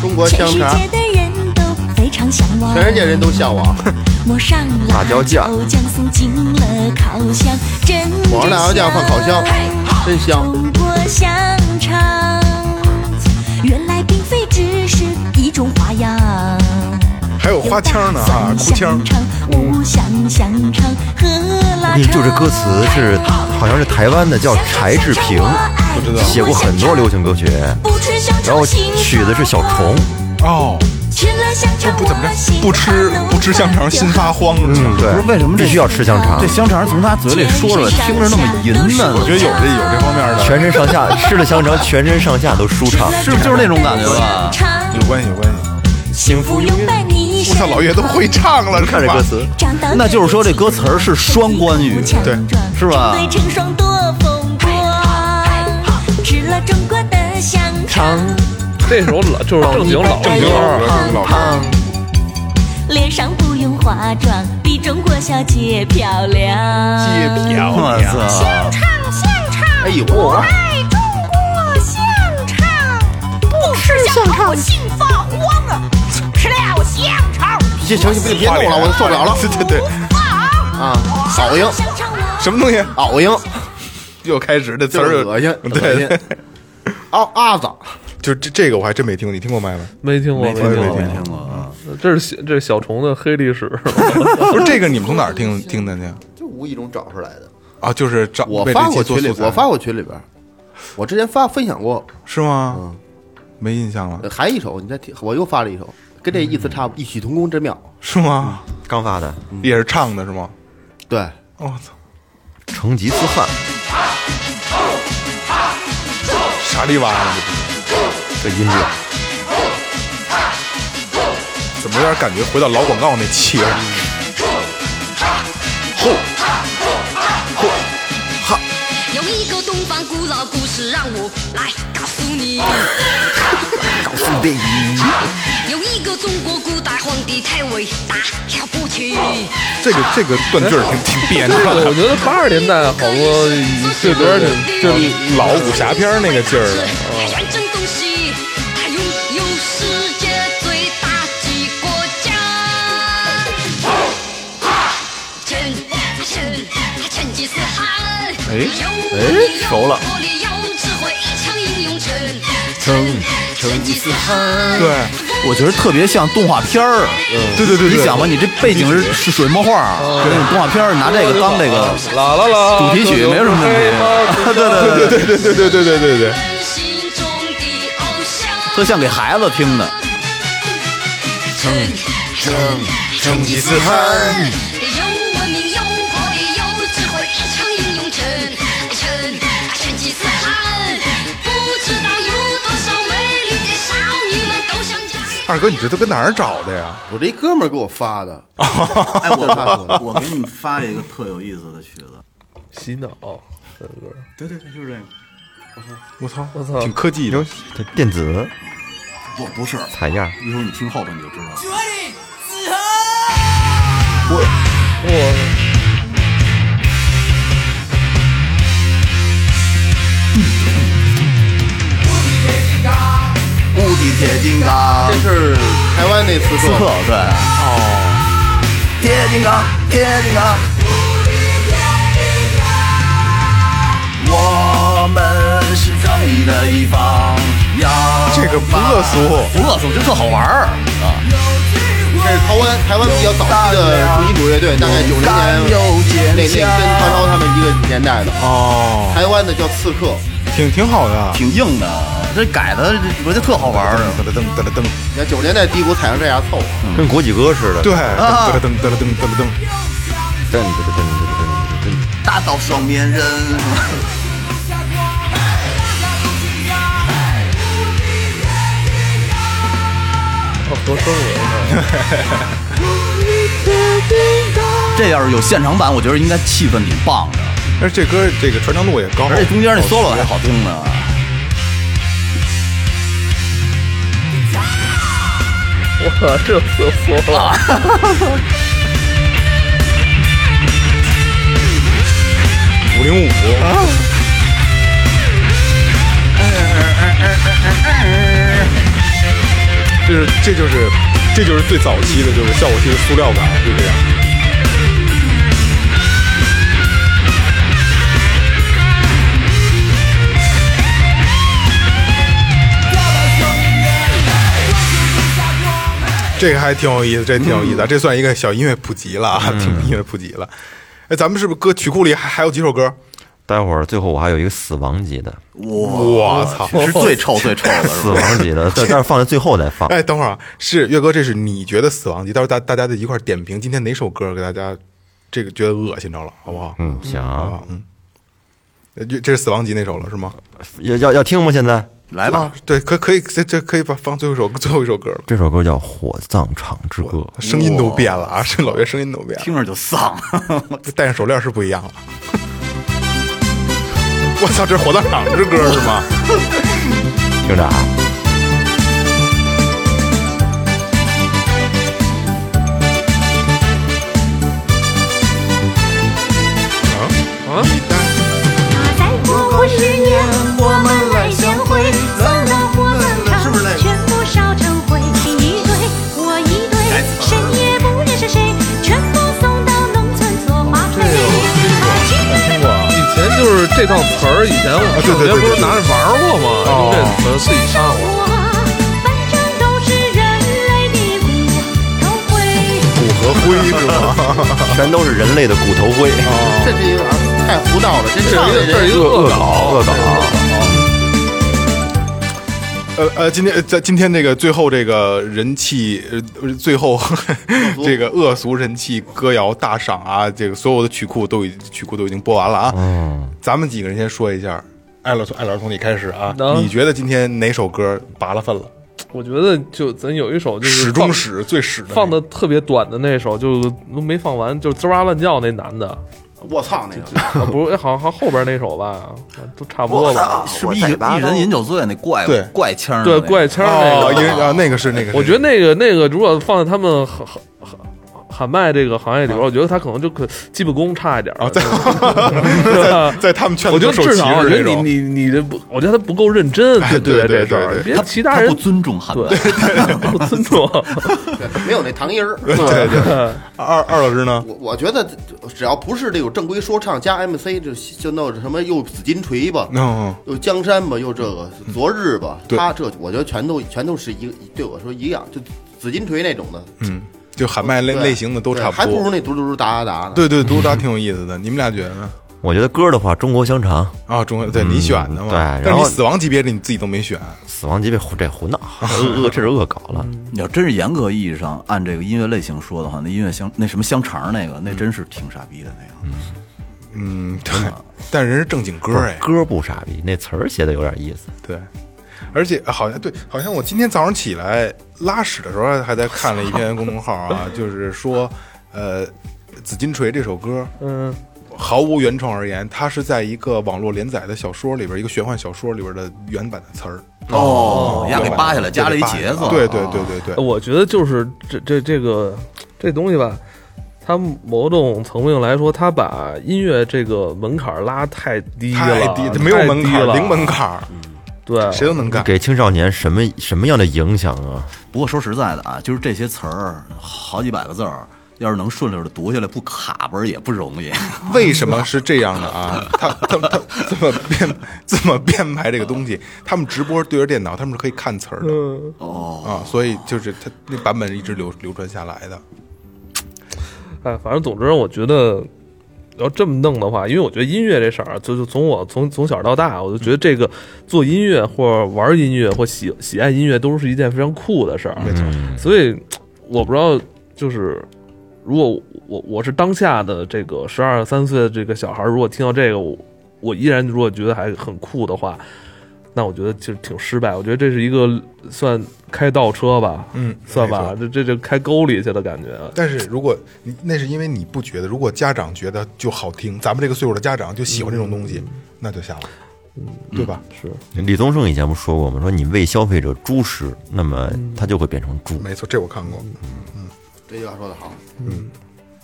中国
全
香
世
肠，
界的人都非常向往。
全世界人都向往。
抹上
辣椒酱
酱送进了烤箱，真
抹上辣椒酱放烤箱嘿真香
中国香肠，原来并非只是一种花样。
还有花腔呢啊，
有大蒜
哭腔
香。肠、五香香肠和腊
你
肠。
就这歌词是好像是台湾的，叫柴智屏，
不知
写过很多流行歌曲，然后曲子是小虫，
哦，
吃了香肠
不怎么着，不吃不吃香肠心发慌是吧？
嗯对，
不是为什么这
必须要吃香肠
这？香肠从他嘴里说出来，听着那么淫呢？
我觉得有这有这方面的，
全身上下吃了香肠，全身上下都舒 畅。
是不是就是那种感觉吧？
有关系有关系。
幸福永远。
我操，老岳都会唱了，
看这
是吧
歌词，
那就是说这歌词儿是双关语
对
是吧
成双多风光，吃了中国的香肠，
这首老就是正经老
正经
歌
老
儿
歌
胖
老
胖，脸上不用化妆，比中国小姐漂
嗯
亮。
我操！
唱香肠，
哎呦，我
爱中国香肠，不吃香肠我心发慌啊！吃了香肠，
行行行，别别弄了，我受不了了
对对对，
啊！好英，
香肠我
什么东西？啊
好英，
又开始这词
就
儿
是
又
恶心，恶
对，
心。啊啊子，
就这这个我还真没听过，你听过麦吗？
没听过，没
没
听
听过，
过
没。听过啊！
这是小这是小虫的黑历史，
不是这个，你们从哪儿听听的呢？
就无意中找出来的。
啊，就是找
我
为
发
这期
过
做
群里
素，材
我发过群里边儿，我之前发分享过，
是吗？没印象了，
呃还一首，你再听，我又发了一首，跟这意思差不，异曲同工之妙。
是吗？
刚发的
也是唱的是吗？
对，
我操，
《成吉思汗》，
傻里哇啦的，
这音乐。
怎么有点感觉回到老广告那气味儿？
有一个东方古老故事，让我来告诉 你。有一个中国古代皇帝太伟大了不起，
这个这个断句儿挺挺别扭
我
的，
觉得八十年代好多这歌儿挺
就老武侠片儿那个劲儿啊的。
他远征东西，他拥有世界最大的国家。前前成吉思汗，哎哎，熟了。成成吉思汗，
对，
我觉得特别像动画片儿，啊
对对对对，
你想吧，你这背景是是水墨画，那种动画片儿拿这个当这个
啦啦啦，
主题曲没有什么问题， 对对
对对
对对，
对对对对对，
心中的偶像。
特像给孩子听的。
成吉思汗。
有文明，有魄力，有智慧，一腔英勇，成成成吉思汗。不知道有多少美丽的少女们都想嫁给。
二哥，你这都跟哪儿找的呀？
我这一哥们儿给我发的，
哎，我我给你们发一个特有意思的曲子，
洗脑。这歌儿
对对对，就是这个。
我操，
我操
挺科技的。
这电子
不不是，
采样，
一会儿你听后头你就知道了。无敌铁金刚
这，是台湾那次
刺客
做，
对，哦，铁金刚，铁金刚，我们是正义的一方，要
这个不恶俗，
不恶俗，就特好玩儿啊。
这是台湾台湾比较早期的重金属乐队，大
哎呃
概九零年那那跟曹操他们一个年代的。哦，台湾的叫刺客，
挺挺好的。
挺硬的，这改的我觉得特好玩儿的。
噔噔噔噔噔，
你看九十年代低谷踩上这牙凑合，
跟国际歌似的。
对，噔噔噔噔噔噔噔。
噔噔噔噔噔噔噔
大刀双面人，呃这要是有现场版，我觉得应该气氛挺棒的，
而哎且这歌这个传唱度也高，
而且中间那 solo 还好听呢。
哇，这次服了。
五零五。这是这就是这就是最早期的，就是效果器的塑料感，就这样。这个还挺有意思，这挺有意思的，啊这算一个小音乐普及了啊， 挺音乐普及了。哎，咱们是不是歌曲库里还还有几首歌？
待会儿最后我还有一个死亡级 的，
我操！
是最臭最臭的，是
死
吧？
亡级的，但但是放在最后再放。
哎，等会儿啊，是岳哥，这是你觉得死亡级，到时候大大家的一块儿点评今天哪首歌给大家这个觉得恶心着了，好不好？
嗯，行，
啊，嗯，呃这这是死亡级那首了是吗？啊
要要要听吗？现在
来吧，
对，可可以，这这可以把放最后一首最后一首歌了，
这首歌叫《火葬场之歌》，
声音都变了啊，这老岳声音都变了，
听着就丧。
戴上手链是不一样了。 我操，这是火葬场之歌是吗？
听着啊。
再过五十年，我们来相会，咱俩火葬场全部烧成灰，你一堆我一堆，谁也不认识谁，全部送到农村做花卉。
听过啊，
以前就是这套词儿，以前我们
对
小
对
学
对
不是拿着玩儿过吗？用这词儿自己唱过。
我反正都是人类的骨头灰。
骨和灰是吗？
全都是人类的骨头灰。
这是一个太胡闹了，这
这
唱
是一个这是一
的
个恶搞，
恶搞，
呃呃，今天呃在今天这个最后这个人气，呃不是最后 这个恶俗人气歌谣大赏啊，这个所有的曲库都已曲库都已经播完了啊。嗯，咱们几个人先说一下，艾老从艾老师从你开始啊，
能
你觉得今天哪首歌拔了粪了？
我觉得就咱有一首就是
始终
放
始最始的那个
放的特别短的那首，就都没放完，就吱哇乱叫那男的，
我操那个，
啊不是，好像好像后边那首吧，都差不多吧。
是不是一一人饮酒醉那怪
对
怪腔儿的那
对，
个？
怪腔儿
哦，
那
因为
个，
啊那个是那个是，
我觉得那个那个，如果放在他们喊喊喊麦这个行业里边，我觉得他可能就可基本功差一点儿
啊，在
对吧
在在他们圈
我
子
觉
都
得
受
至
歧
少，哦我
视
觉
这
得你
种。
你你这不，我觉得他不够认真，
哎对
对这
对
事儿，
对对
别
他
其他
他
人
不尊重汉文，
对 不尊重。
没有那糖音儿。对
对对，二二老师呢？
我我觉得只要不是这种正规说唱加 MC，就就弄什么又紫金锤吧，
嗯，
又江山吧，又这个昨日吧，
对
他这我觉得全都全都是一个对我说一样，就紫金锤那种的，
嗯，就喊麦类
对
类型的都差
对还
不
不如
多。
那嘟嘟嘟哒哒哒呢。
对对，都答挺有意思的。你们俩觉得呢？
我觉得歌的话，《中国香肠》《
啊，中对你选的嘛？
对然
但是你
后
死亡级别的你自己都没选，
死亡级别》这胡闹，恶恶这是恶搞了。
你要真是严格意义上按这个音乐类型说的话，那音乐香那什么香肠那个，那真是挺傻逼的那个。
嗯，对，但人是正经歌哎，
歌不傻逼，那词儿写的有点意思。
对，而且好像对，好像我今天早上起来拉屎的时候还在看了一篇公众号啊， 就是说，呃，《紫金锤》这首歌，
嗯，
毫无原创而言，它是在一个网络连载的小说里边，一个玄幻小说里边的原版的词儿，
哦，呀给扒下来，加了一
对
节奏。啊
对对对对对，
我觉得就是这这这个这东西吧，它某种层面来说，它把音乐这个门槛拉太低了，
太低，没有门槛，
了，
零门，槛儿，
对，
谁都能干。
给青少年什么什么样的影响啊？
不过说实在的啊，就是这些词儿，好几百个字儿，要是能顺溜的读下来，不卡巴儿也不容易。
为什么是这样的啊？他他他这么编这么编排这个东西，他们直播对着电脑，他们是可以看词儿的、
嗯，
啊，所以就是他那版本一直流流传下来的。
哎，反正总之，我觉得要这么弄的话，因为我觉得音乐这事儿，啊就是从我从从小到大，我就觉得这个做音乐或者玩音乐或喜喜爱音乐都是一件非常酷的事儿。没错，所以我不知道，就是如果我我是当下的这个十二三岁的这个小孩儿，如果听到这个，我我依然如果觉得还很酷的话，那我觉得其实挺失败。我觉得这是一个算开倒车吧，
嗯
算
没
吧，这这就开沟里去的感觉。啊
但是如果你那是因为你不觉得，如果家长觉得就好听，咱们这个岁数的家长就喜欢这种东西，那就下了，
嗯
对吧？
是，
李宗盛以前不说过吗？说你喂消费者猪食，那么他就会变成猪。
没错，这我看
嗯
过，
这句话说的好，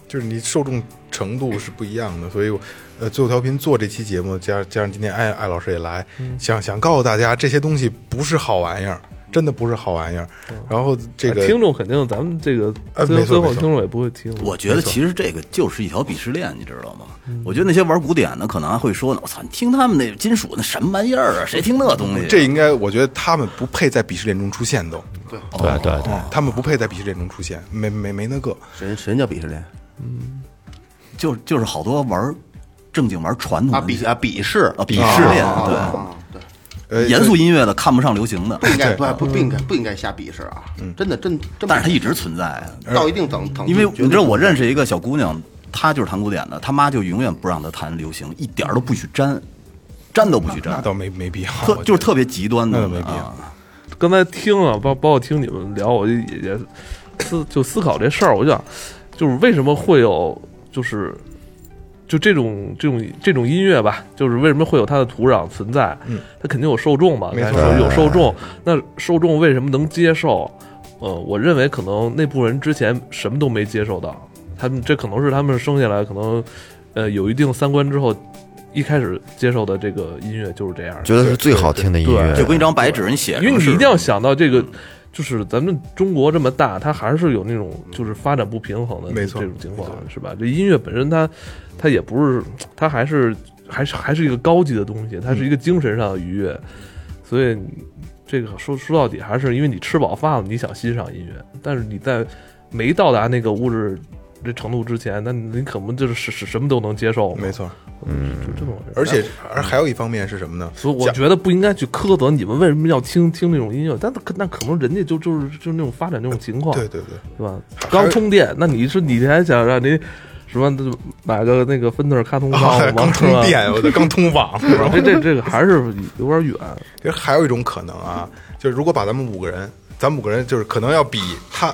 就是你受众程度是不一样的，所以我，呃，最后调频做这期节目，加加上今天艾艾老师也来，想想告诉大家，这些东西不是好玩意儿，真的不是好玩意儿。然后这个
听众肯定咱们这个
呃
最
没错
后最后
没错
听众也不会听。
我觉得其实这个就是一条鄙视链，你知道吗？我觉得那些玩古典的可能还会说呢，我操，你听他们那金属那什么玩意儿啊？谁听那东西？
这应该，我觉得他们不配在鄙视链中出现都，嗯
对对对，
他们不配在鄙视链中出现，没没没那个。
谁谁叫鄙视链
就就是好多玩正经玩传统
啊？
的
鄙啊鄙视
啊鄙
啊
视链，
啊
对，
啊对，
呃，
严肃音乐的看不上流行的
不，应该不不不应该不应该瞎鄙视啊！真的真真，
但是它一直存在啊。
到一定等等，
因为你知道，我认
识
识一个小姑娘，她就是弹古典的，她妈就永远不让她弹流行，一点儿都不许沾，沾都不许
呃那
沾，
倒没没必要，
特
我
就是
觉
特别极端的
那没必要
啊
刚才听了，包包括听你们聊，我就也也思就思考这事儿，我就想，就是为什么会有就是就这种这种这种音乐吧，就是为什么会有它的土壤存在？嗯，它肯定有受众嘛，
没错
刚才说有受众，那受众为什么能接受？呃，我认为可能那部分人之前什么都没接受到，他们这可能是他们生下来可能呃有一定三观之后，一开始接受的这个音乐就是这样的。
觉得是最好听的音乐。
对
就跟一张白纸，你写什么
因为你
是
一定要想到这
嗯
个，就是咱们中国这么大，它还是有那种就是发展不平衡的
嗯没
这
错
种情况
没，
是吧？这音乐本身它，它也不是，它还是还是还是一个高级的东西，
嗯
它是一个精神上的愉悦，所以这个说说到底还是因为你吃饱饭了，你想欣赏音乐，但是你在没到达那个物质。这程度之前，那你可不就是什什什么都能接受
得
吗？
没错。
嗯，就这种人。
而且而还有一方面是什么呢？
所以我
假
觉得不应该去苛责你们为什么要听听那种音乐，但可那可能人家就就是就是那种发展那种情况，
对对对，
对吧？刚充电，那你是你还想让你什么买个那个芬特尔卡通包
啊，
吗？
刚通
是吧，
电，我的刚通 网，是吧
这这这个还是有点远。
其实还有一种可能啊，就是如果把咱们五个人，咱们五个人就是可能要比他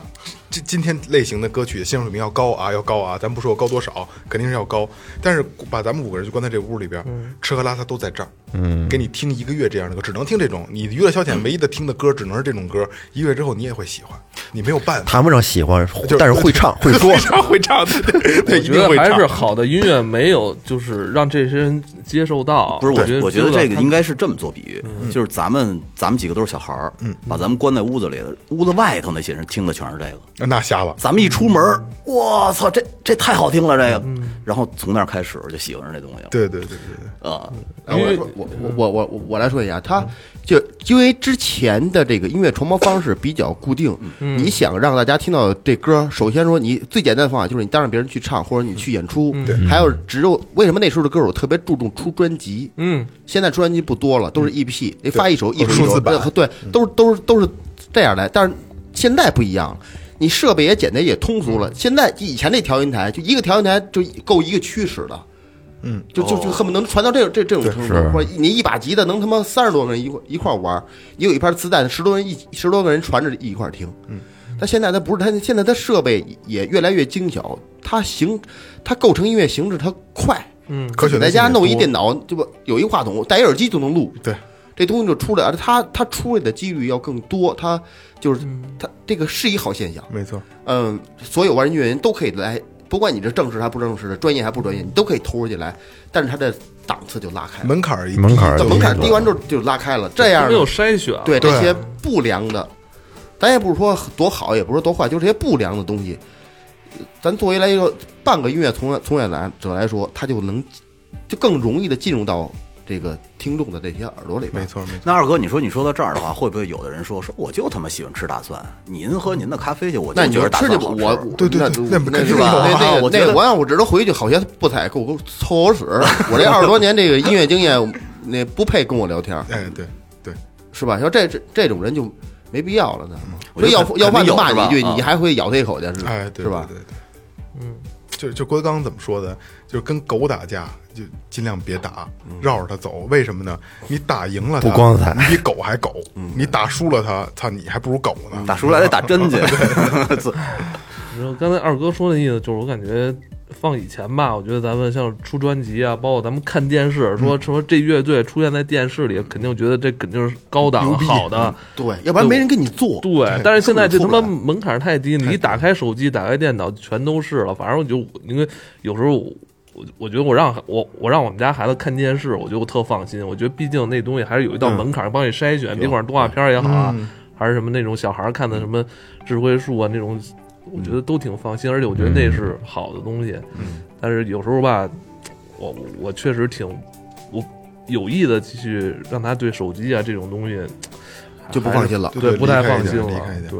这今天类型的歌曲的欣赏水平要高啊，要高啊，咱不说高多少，肯定是要高。但是把咱们五个人就关在这屋里边，吃喝拉撒都在这儿，嗯，给你听一个月这样的歌，只能听这种。你娱乐消遣唯一的听的歌只能是这种歌，一个月之后你也会喜欢，你没有 办法。
谈不上喜欢
就，
但是会唱会说
会。唱会唱， 对对对，
我
一
觉
定
得
会
还
唱
是。好的音乐没有就是让这些人接受到。
不是，我觉得我觉得这个应
该
该是这么做比喻，就是咱们咱们几个都是小孩儿，把咱们关在屋子里的，屋子外头那些人听的全是这个。
那瞎了，
咱们一出门儿，我操，这这太好听了，这个。然后从那儿开始我就喜欢上这东西了。
对对对对对，
啊，
啊，我来说我
嗯
我我我我我来说一下，他就因为之前的这个音乐传播方式比较固定，
嗯
你想让大家听到这歌，首先说你最简单的方法就是你当着别人去唱，或者你去演出，
嗯
还有只有为什么那时候的歌手特别注重出专辑，嗯，现在出专辑不多了，都是 EP，得发一首一首一首
数字版
对对，都是都是都是这样来，但是现在不一样了。你设备也简单也通俗了，现在以前那调音台就一个调音台就够一个区使的，就就就恨不得能传到这种这这种程度，或者你一把吉他能他妈三十多个人一块一块玩儿，你有一盘磁带，十多人一十多个人传着一块儿听。嗯，但现在它不是，它现在它设备也越来越精巧，它形它构成音乐形式它快。嗯，
可选择
在家
性也
弄一
多
电脑，对吧？有一话筒，戴一耳机就能录。
对，
这东西就出来了，而它它出来的几率要更多，它就是它这个是一好现象。
没错，
嗯，所有玩音乐人都可以来，不管你这正式还不正式的，专业还不专业，你都可以投入进来，但是他的档次就拉开了，
门槛儿一低
门槛儿
这
就
门槛
低
低完之后就拉开了，这样
没有
的
筛
啊
选，啊
对
对
这些不良的，咱也不是说多好，也不是多坏，就这些不良的东西，呃咱作为来一个半个音乐从业从业来者来说，他就能就更容易的进入到这个听众的这些耳朵里边。
没错没错。
那二哥，你说你说到这儿的话，会不会有的人说说我就他妈喜欢吃大蒜？您喝您的咖啡去，我就
那你
觉
就
得大
吃去
蒜
吧，
好
我
吃嗯
对对
那
对那
那
肯
那
定
是吧？
有啊
那那
我觉
那
得
我要我知道回去好些不踩给我凑合使，我这二十多年这个音乐经验那不配跟我聊天，
哎，对对，
是吧？要这这这种人就没必要了呢。
我
说
觉得
要
肯
要饭就
肯定有
骂你一
是
句，
吧啊
你还会咬他一口去，是吧
哎，对
是吧
对？对对，嗯，就就郭德纲怎么说的？就是跟狗打架，就尽量别打，绕着它走。为什么呢？你打赢了它，
不光彩
你比狗还狗；你打输了它，操，你还不如狗呢。
打熟了还得打针去。
你说刚才二哥说那意思，就是我感觉放以前吧，我觉得咱们像出专辑啊，包括咱们看电视，说什么这乐队出现在电视里，肯定觉得这肯定是高档的好的，
对，要不然没人跟你做。
对。但是现在这他
出不
妈
来
门槛太低，你一打开手机、打开电脑，全都是了。反正我就因为有时候我我我觉得我让我我让我们家孩子看电视，我就特放心。我觉得毕竟那东西还是有一道门槛，帮你筛选，别管是动画片儿也好啊，还是什么那种小孩儿看的什么智慧树啊那种，我觉得都挺放心，而且我觉得那是好的东西。但是有时候吧，我我我确实挺我有意的去让他对手机啊这种东西
就不放心了
还是对，
对
不太放
离开一
心
点
了
离开一，点
对。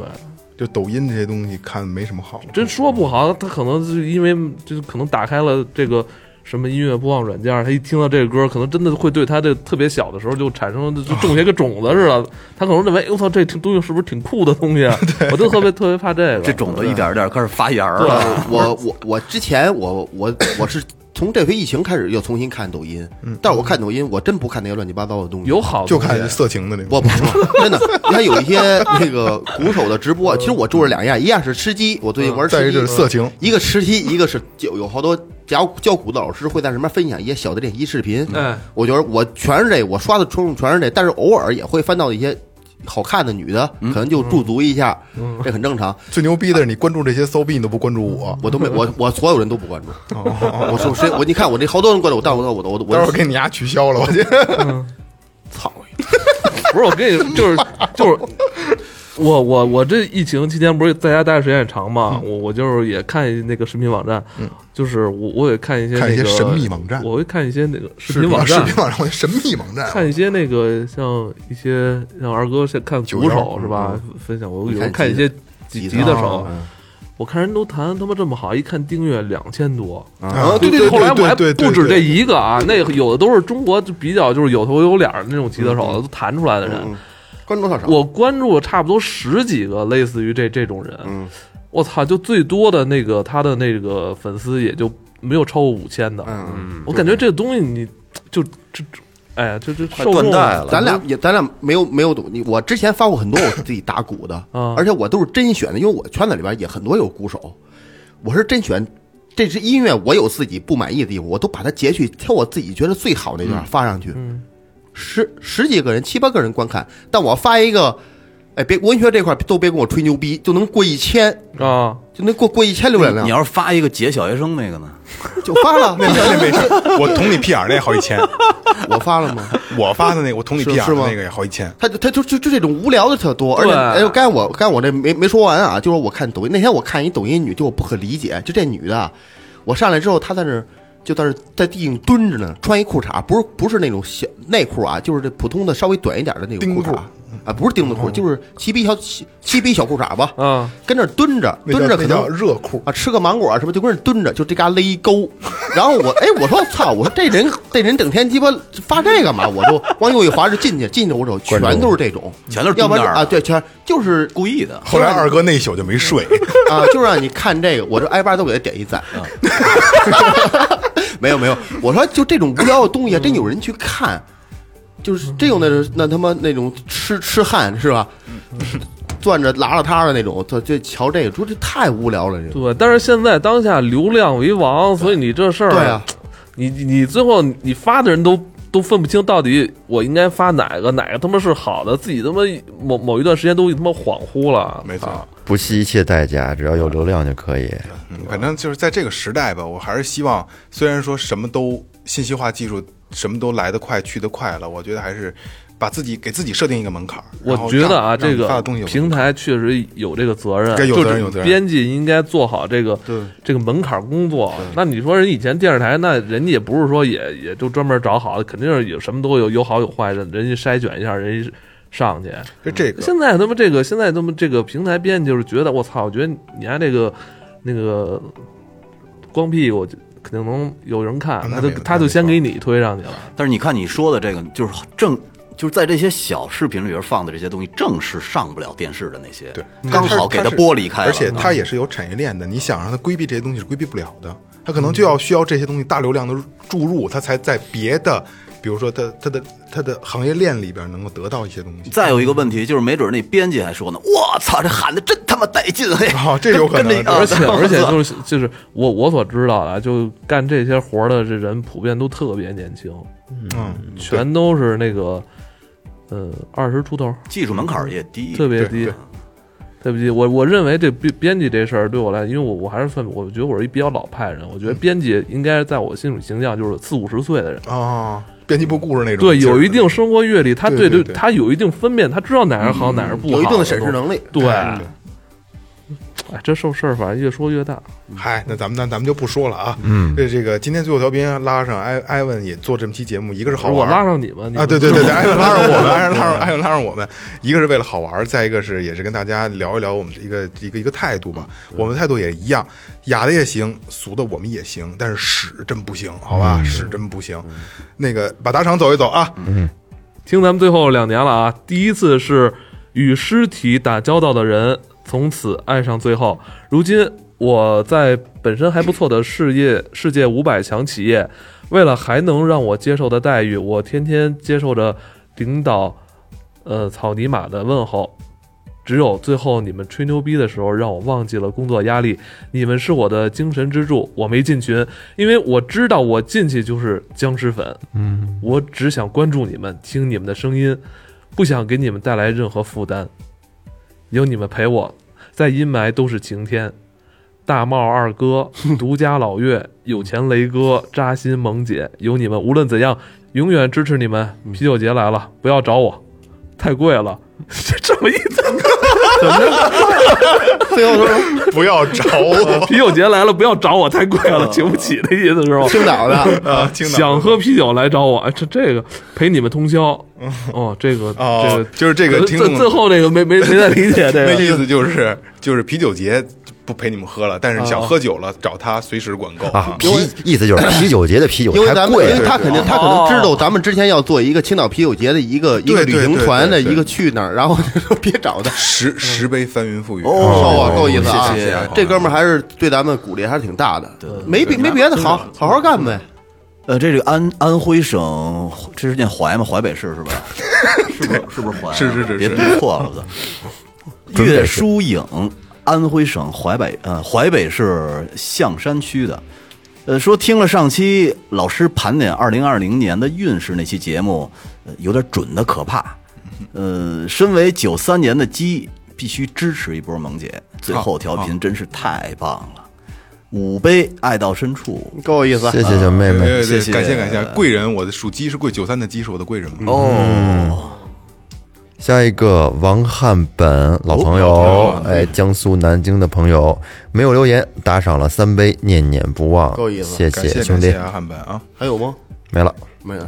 就抖音这些东西看没什么好处。
真说不好，他可能就是因为就是可能打开了这个什么音乐播放软件，他一听到这个歌，可能真的会对他这特别小的时候就产生就种下一个种子似的。他可能认为，哎我操，这挺东西是不是挺酷的东 西啊？我就特别特别怕这个。
这种子一点儿一点儿开始发芽儿
对
了。
呃我我我之前我我我是从这回疫情开始又重新看抖音，但是我看抖音我真不看那些乱七八糟的东西，
有好的
就
东西
看色情的那
我
种。
不不真的，你看有一些那个鼓手的直播，其实我注意两样，一样是吃鸡，我最近玩
再
吃
一个
鸡
就，是
嗯
色情，
一个吃鸡，一个是有有好多教教鼓的老师会在上面分享一些小的练习视频。
嗯
我觉得我全是这，我刷的冲动全是这，但是偶尔也会翻到一些好看的女的，可能就驻足一下，这很正常。
最牛逼的是你关注这些骚逼，你都不关注我。
我都没我我所有人都不关注，我说谁我你看我这好多人关注我，但我我我
待会儿
我
给你丫取消了，我去。
操你！
不是我跟 你就是就是。我我我这疫情期间不是在家待的时间也长嘛，
嗯
我我就是也看那个视频网站，就是我我也看一些
看一些
那个
神秘网站
我会看一些那个视
视
频
频啊
网站，
视频网站，我的神秘网站。
看一些那个像一些像二哥现看鼓手
91
是吧？分享我有时候
看
看一
吉
些几级的时候，我看人都弹他妈这么好，一看订阅两千多
啊对
就
对对
后来我还
对对对
不止
对
这一个啊，那有的都是中国就比较就是有头有脸的那种吉他手都弹出来的人，
关注多少少？
我关注了差不多十几个类似于这这种人，我操，就最多的那个他的那个粉丝也就没有超过五千的，嗯，我感觉这个东西你就这，这哎呀，这这
快
受众
断代了
咱俩也咱俩没有没有赌，你我之前发过很多我自己打鼓的，
啊
而且我都是真选的，因为我圈子里边也很多有鼓手，我是真选。这支音乐我有自己不满意的地方，我都把它截去，挑我自己觉得最好那段发上去。十十几个人、七八个人观看，但我发一个，哎，别文学这块都别跟我吹牛逼，就能过一千，
啊，
就能过过一千浏览量
你，要是发一个解小学生那个呢？
就发了。
那那没事，我捅你屁眼儿那也好几千，
我发了吗？
我发的那个我捅你屁眼儿
是吗
那个也好几千。
他就他就就就这种无聊的特多，而且
对
哎呦，刚才我刚才我这没没说完啊，就是我看抖音那天我看一抖音女，就我不可理解，就这女的，啊我上来之后她在那儿就在那儿在地上蹲着呢，穿一裤衩，不是不是那种小内裤啊，就是这普通的稍微短一点的那种
丁
裤
裤
衩啊，不是丁字裤，就是齐逼小齐齐逼小裤衩吧，
啊，
跟那儿蹲着
那叫
蹲着可
那叫
能
热裤，
啊，吃个芒果啊什么，就跟人蹲着，就这嘎勒一沟。然后我，哎，我说操，我说这人这人整天鸡巴发这干嘛？我就往右一滑就进去，进去我手全都是这种，
全都是
要不
蹲那
然
儿
啊，对，全就是
故意的，
后来二哥那一宿就没 睡，
啊，就让你看这个，我这挨巴都给他点一赞。
嗯
没有没有，我说就这种无聊的东西啊，真有人去看，就是真有那种那他妈那种痴痴汉是吧？
嗯
攥着拉拉他的那种，就就瞧这个，说这太无聊了，这个
对。但是现在当下流量为王，所以你这事儿，
对啊，
你你你最后你发的人都都分不清到底我应该发哪个，哪个他妈是好的，自己他妈某某一段时间都他妈恍惚了，
没错
啊。
不惜一切代价，只要有流量就可以。
嗯反正就是在这个时代吧，我还是希望，虽然说什么都信息化技术什么都来得快去得快了，我觉得还是把自己给自己设定一个门槛儿。
我
然后
觉得
让
啊，
让
这个
发的东西有
平台确实有这个责任，
该有责任
就是
有责任
编辑应该做好这个这个门槛工作。啊那你说人以前电视台，那人家也不是说也也就专门找好的，肯定是有什么都有，有好有坏的，人家筛选一下，人家上去。
就这个，
现在他妈这个，现在他妈这个平台编辑就是觉得我操，我觉得你家这个那个光屁股肯定能有人看，
啊那
他就
没有
他
那
就
没
先
错
给你推上去了。
但是你看你说的这个，就是正就是在这些小视频里边放的这些东西，正是上不了电视的那些，
对，
刚
它是
好给
它
它
是
剥离开了。
而
啊
且它也是有产业链的。你想让它规避这些东西是规避不了的，它可能就要需要这些东西大流量的注入，它才在别的，比如说它它的它的行业链里边能够得到一些东西。
再有一个问题就是，没准那编辑还说呢，我操，这喊的真他妈带劲嘿！
哦这有可能
跟着
而且
啊
而且就是就是我我所知道的啊，就干这些活儿的这人普遍都特别年轻，
嗯，
呃
全都是那个呃二十出头，
技术门槛儿也低，
特别
对
低
对，
特别低。我我认为这编编辑这事儿对我来，因为我我还是算，我觉得我是一比较老派人，
嗯
我觉得编辑应该在我心里形象就是四五十岁的人。
嗯
哦，编辑部故事那种
对，
劲儿
有一定生活阅历，他
对
对
对嗯对
他有一定分辨，他知道哪儿好，哪儿不好，
有一定的审视能力。
对，
哎
哎，这事事儿反正越说越大。
嗨，那咱们那咱们就不说了啊。嗯，这这个今天最后调频拉上埃埃文也做这么期节目，一个是好
我
玩儿
拉上你们，你
啊，
们
对对对对，艾文拉上我们，艾文拉上
对
艾文拉上我们，一个是为了好玩儿，再一个是也是跟大家聊一聊我们的一个一个一个态度吧。我们态度也一样，雅的也行，俗的我们也行，但是屎真不行，好吧，屎真不行。那个把打赏走一走啊，
听咱们最后两年了啊，第一次是与尸体打交道的人，从此爱上最后。如今我在本身还不错的事业世界五百强企业，为了还能让我接受的待遇，我天天接受着领导，呃，草泥马的问候。只有最后你们吹牛逼的时候，让我忘记了工作压力。你们是我的精神支柱。我没进群，因为我知道我进去就是僵尸粉。我只想关注你们，听你们的声音，不想给你们带来任何负担。有你们陪我，在阴霾都是晴天。大帽二哥、独家老岳、有钱雷哥、扎心萌姐，有你们，无论怎样，永远支持你们。啤酒节来了，不要找我，太贵了。这什么意思？
最后是
不要找我，
啤酒节来了，不要找我，太贵了，请不起的意思是吗？
青岛的，
啊，青岛
想喝啤酒来找我，哎这这个陪你们通宵， 哦，这个
嗯哦
这个
就是这个听
最
众
最后那个没没没太理解 这
那
个，
意思就是就是啤酒节不陪你们喝了，但是想喝酒了找他随时管够
啊，啤意思就是啤酒节的啤酒
因为
太
咱们，
贵
因为
了，
他肯定，他可能知道咱们之前要做一个青岛啤酒节的一个一个
对对
旅行团的
对对对
一个去哪儿，然后就说别找他，
十十杯翻云覆雨。
够啊，够意思啊
谢谢！
这哥们儿还是对咱们鼓励还是挺大的，没别没别的好，好好干呗。
呃，这个安安徽省，这是念怀吗？淮北市是吧？ 是不是是不是淮啊？
是是是
别
是
读错了。 我操岳书影，安徽省淮北呃淮北市象山区的。呃，说听了上期老师盘点二零二零年的运势那期节目，呃有点准的可怕。呃，身为九三年的鸡，必须支持一波萌姐。最后调频真是太棒了，五杯爱到深处。
够意思啊
谢谢小妹妹，
对对
谢谢
对，感谢感谢贵人，我的属鸡是贵九三的鸡是我的贵人嘛？
哦，
下一个王汉本老朋友，哎，江苏南京的朋友没有留言，打赏了三杯，念念不忘，
够意思
谢
感谢
兄
感谢
弟，
啊，汉本啊。
还有吗？
没了，
没有，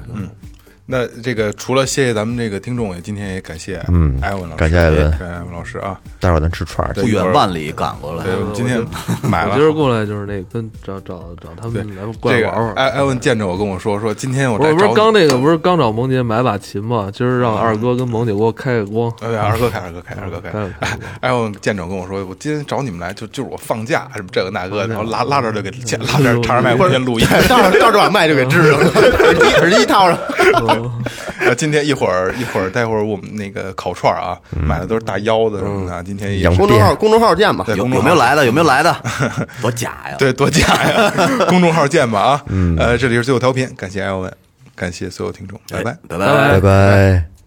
那这个除了谢谢咱们这个听众，也今天也感谢嗯艾文老师，
感谢艾文
感谢艾文老师啊，
待会儿咱吃串儿去
不。远万里赶过来
对，。我们今天买
我
了
今。儿过来就是那个跟找找找他
对
们来过来
这个
玩玩。
艾艾文见着我跟我说说，今天我
不
来
是不
找
是
你
刚那个不是刚找萌姐买把琴吗？今儿让二哥跟萌姐给我开个光。
哎 呀，二哥开，二哥开，二哥开
开了开了。
艾文见着我跟我说，我今天找你们来，就就是我放假什么这个那个，然后拉拉着就给拉着插着 麦克风录音。
到时候到时候把麦就给支上了，耳机耳 机套上。
哦
呃，今天一会儿一会儿，待会儿我们那个烤串儿啊，
嗯
买的都是大腰子什么的啊。今天也
羊
公众号公众号见吧，
对
有
公众
有
号
没有来的？有没有来的？多假呀！
对，多假呀！公众号见吧啊！呃，这里是最后调频，感谢艾文，感谢所有听众，拜拜。
拜
拜
拜
拜。拜。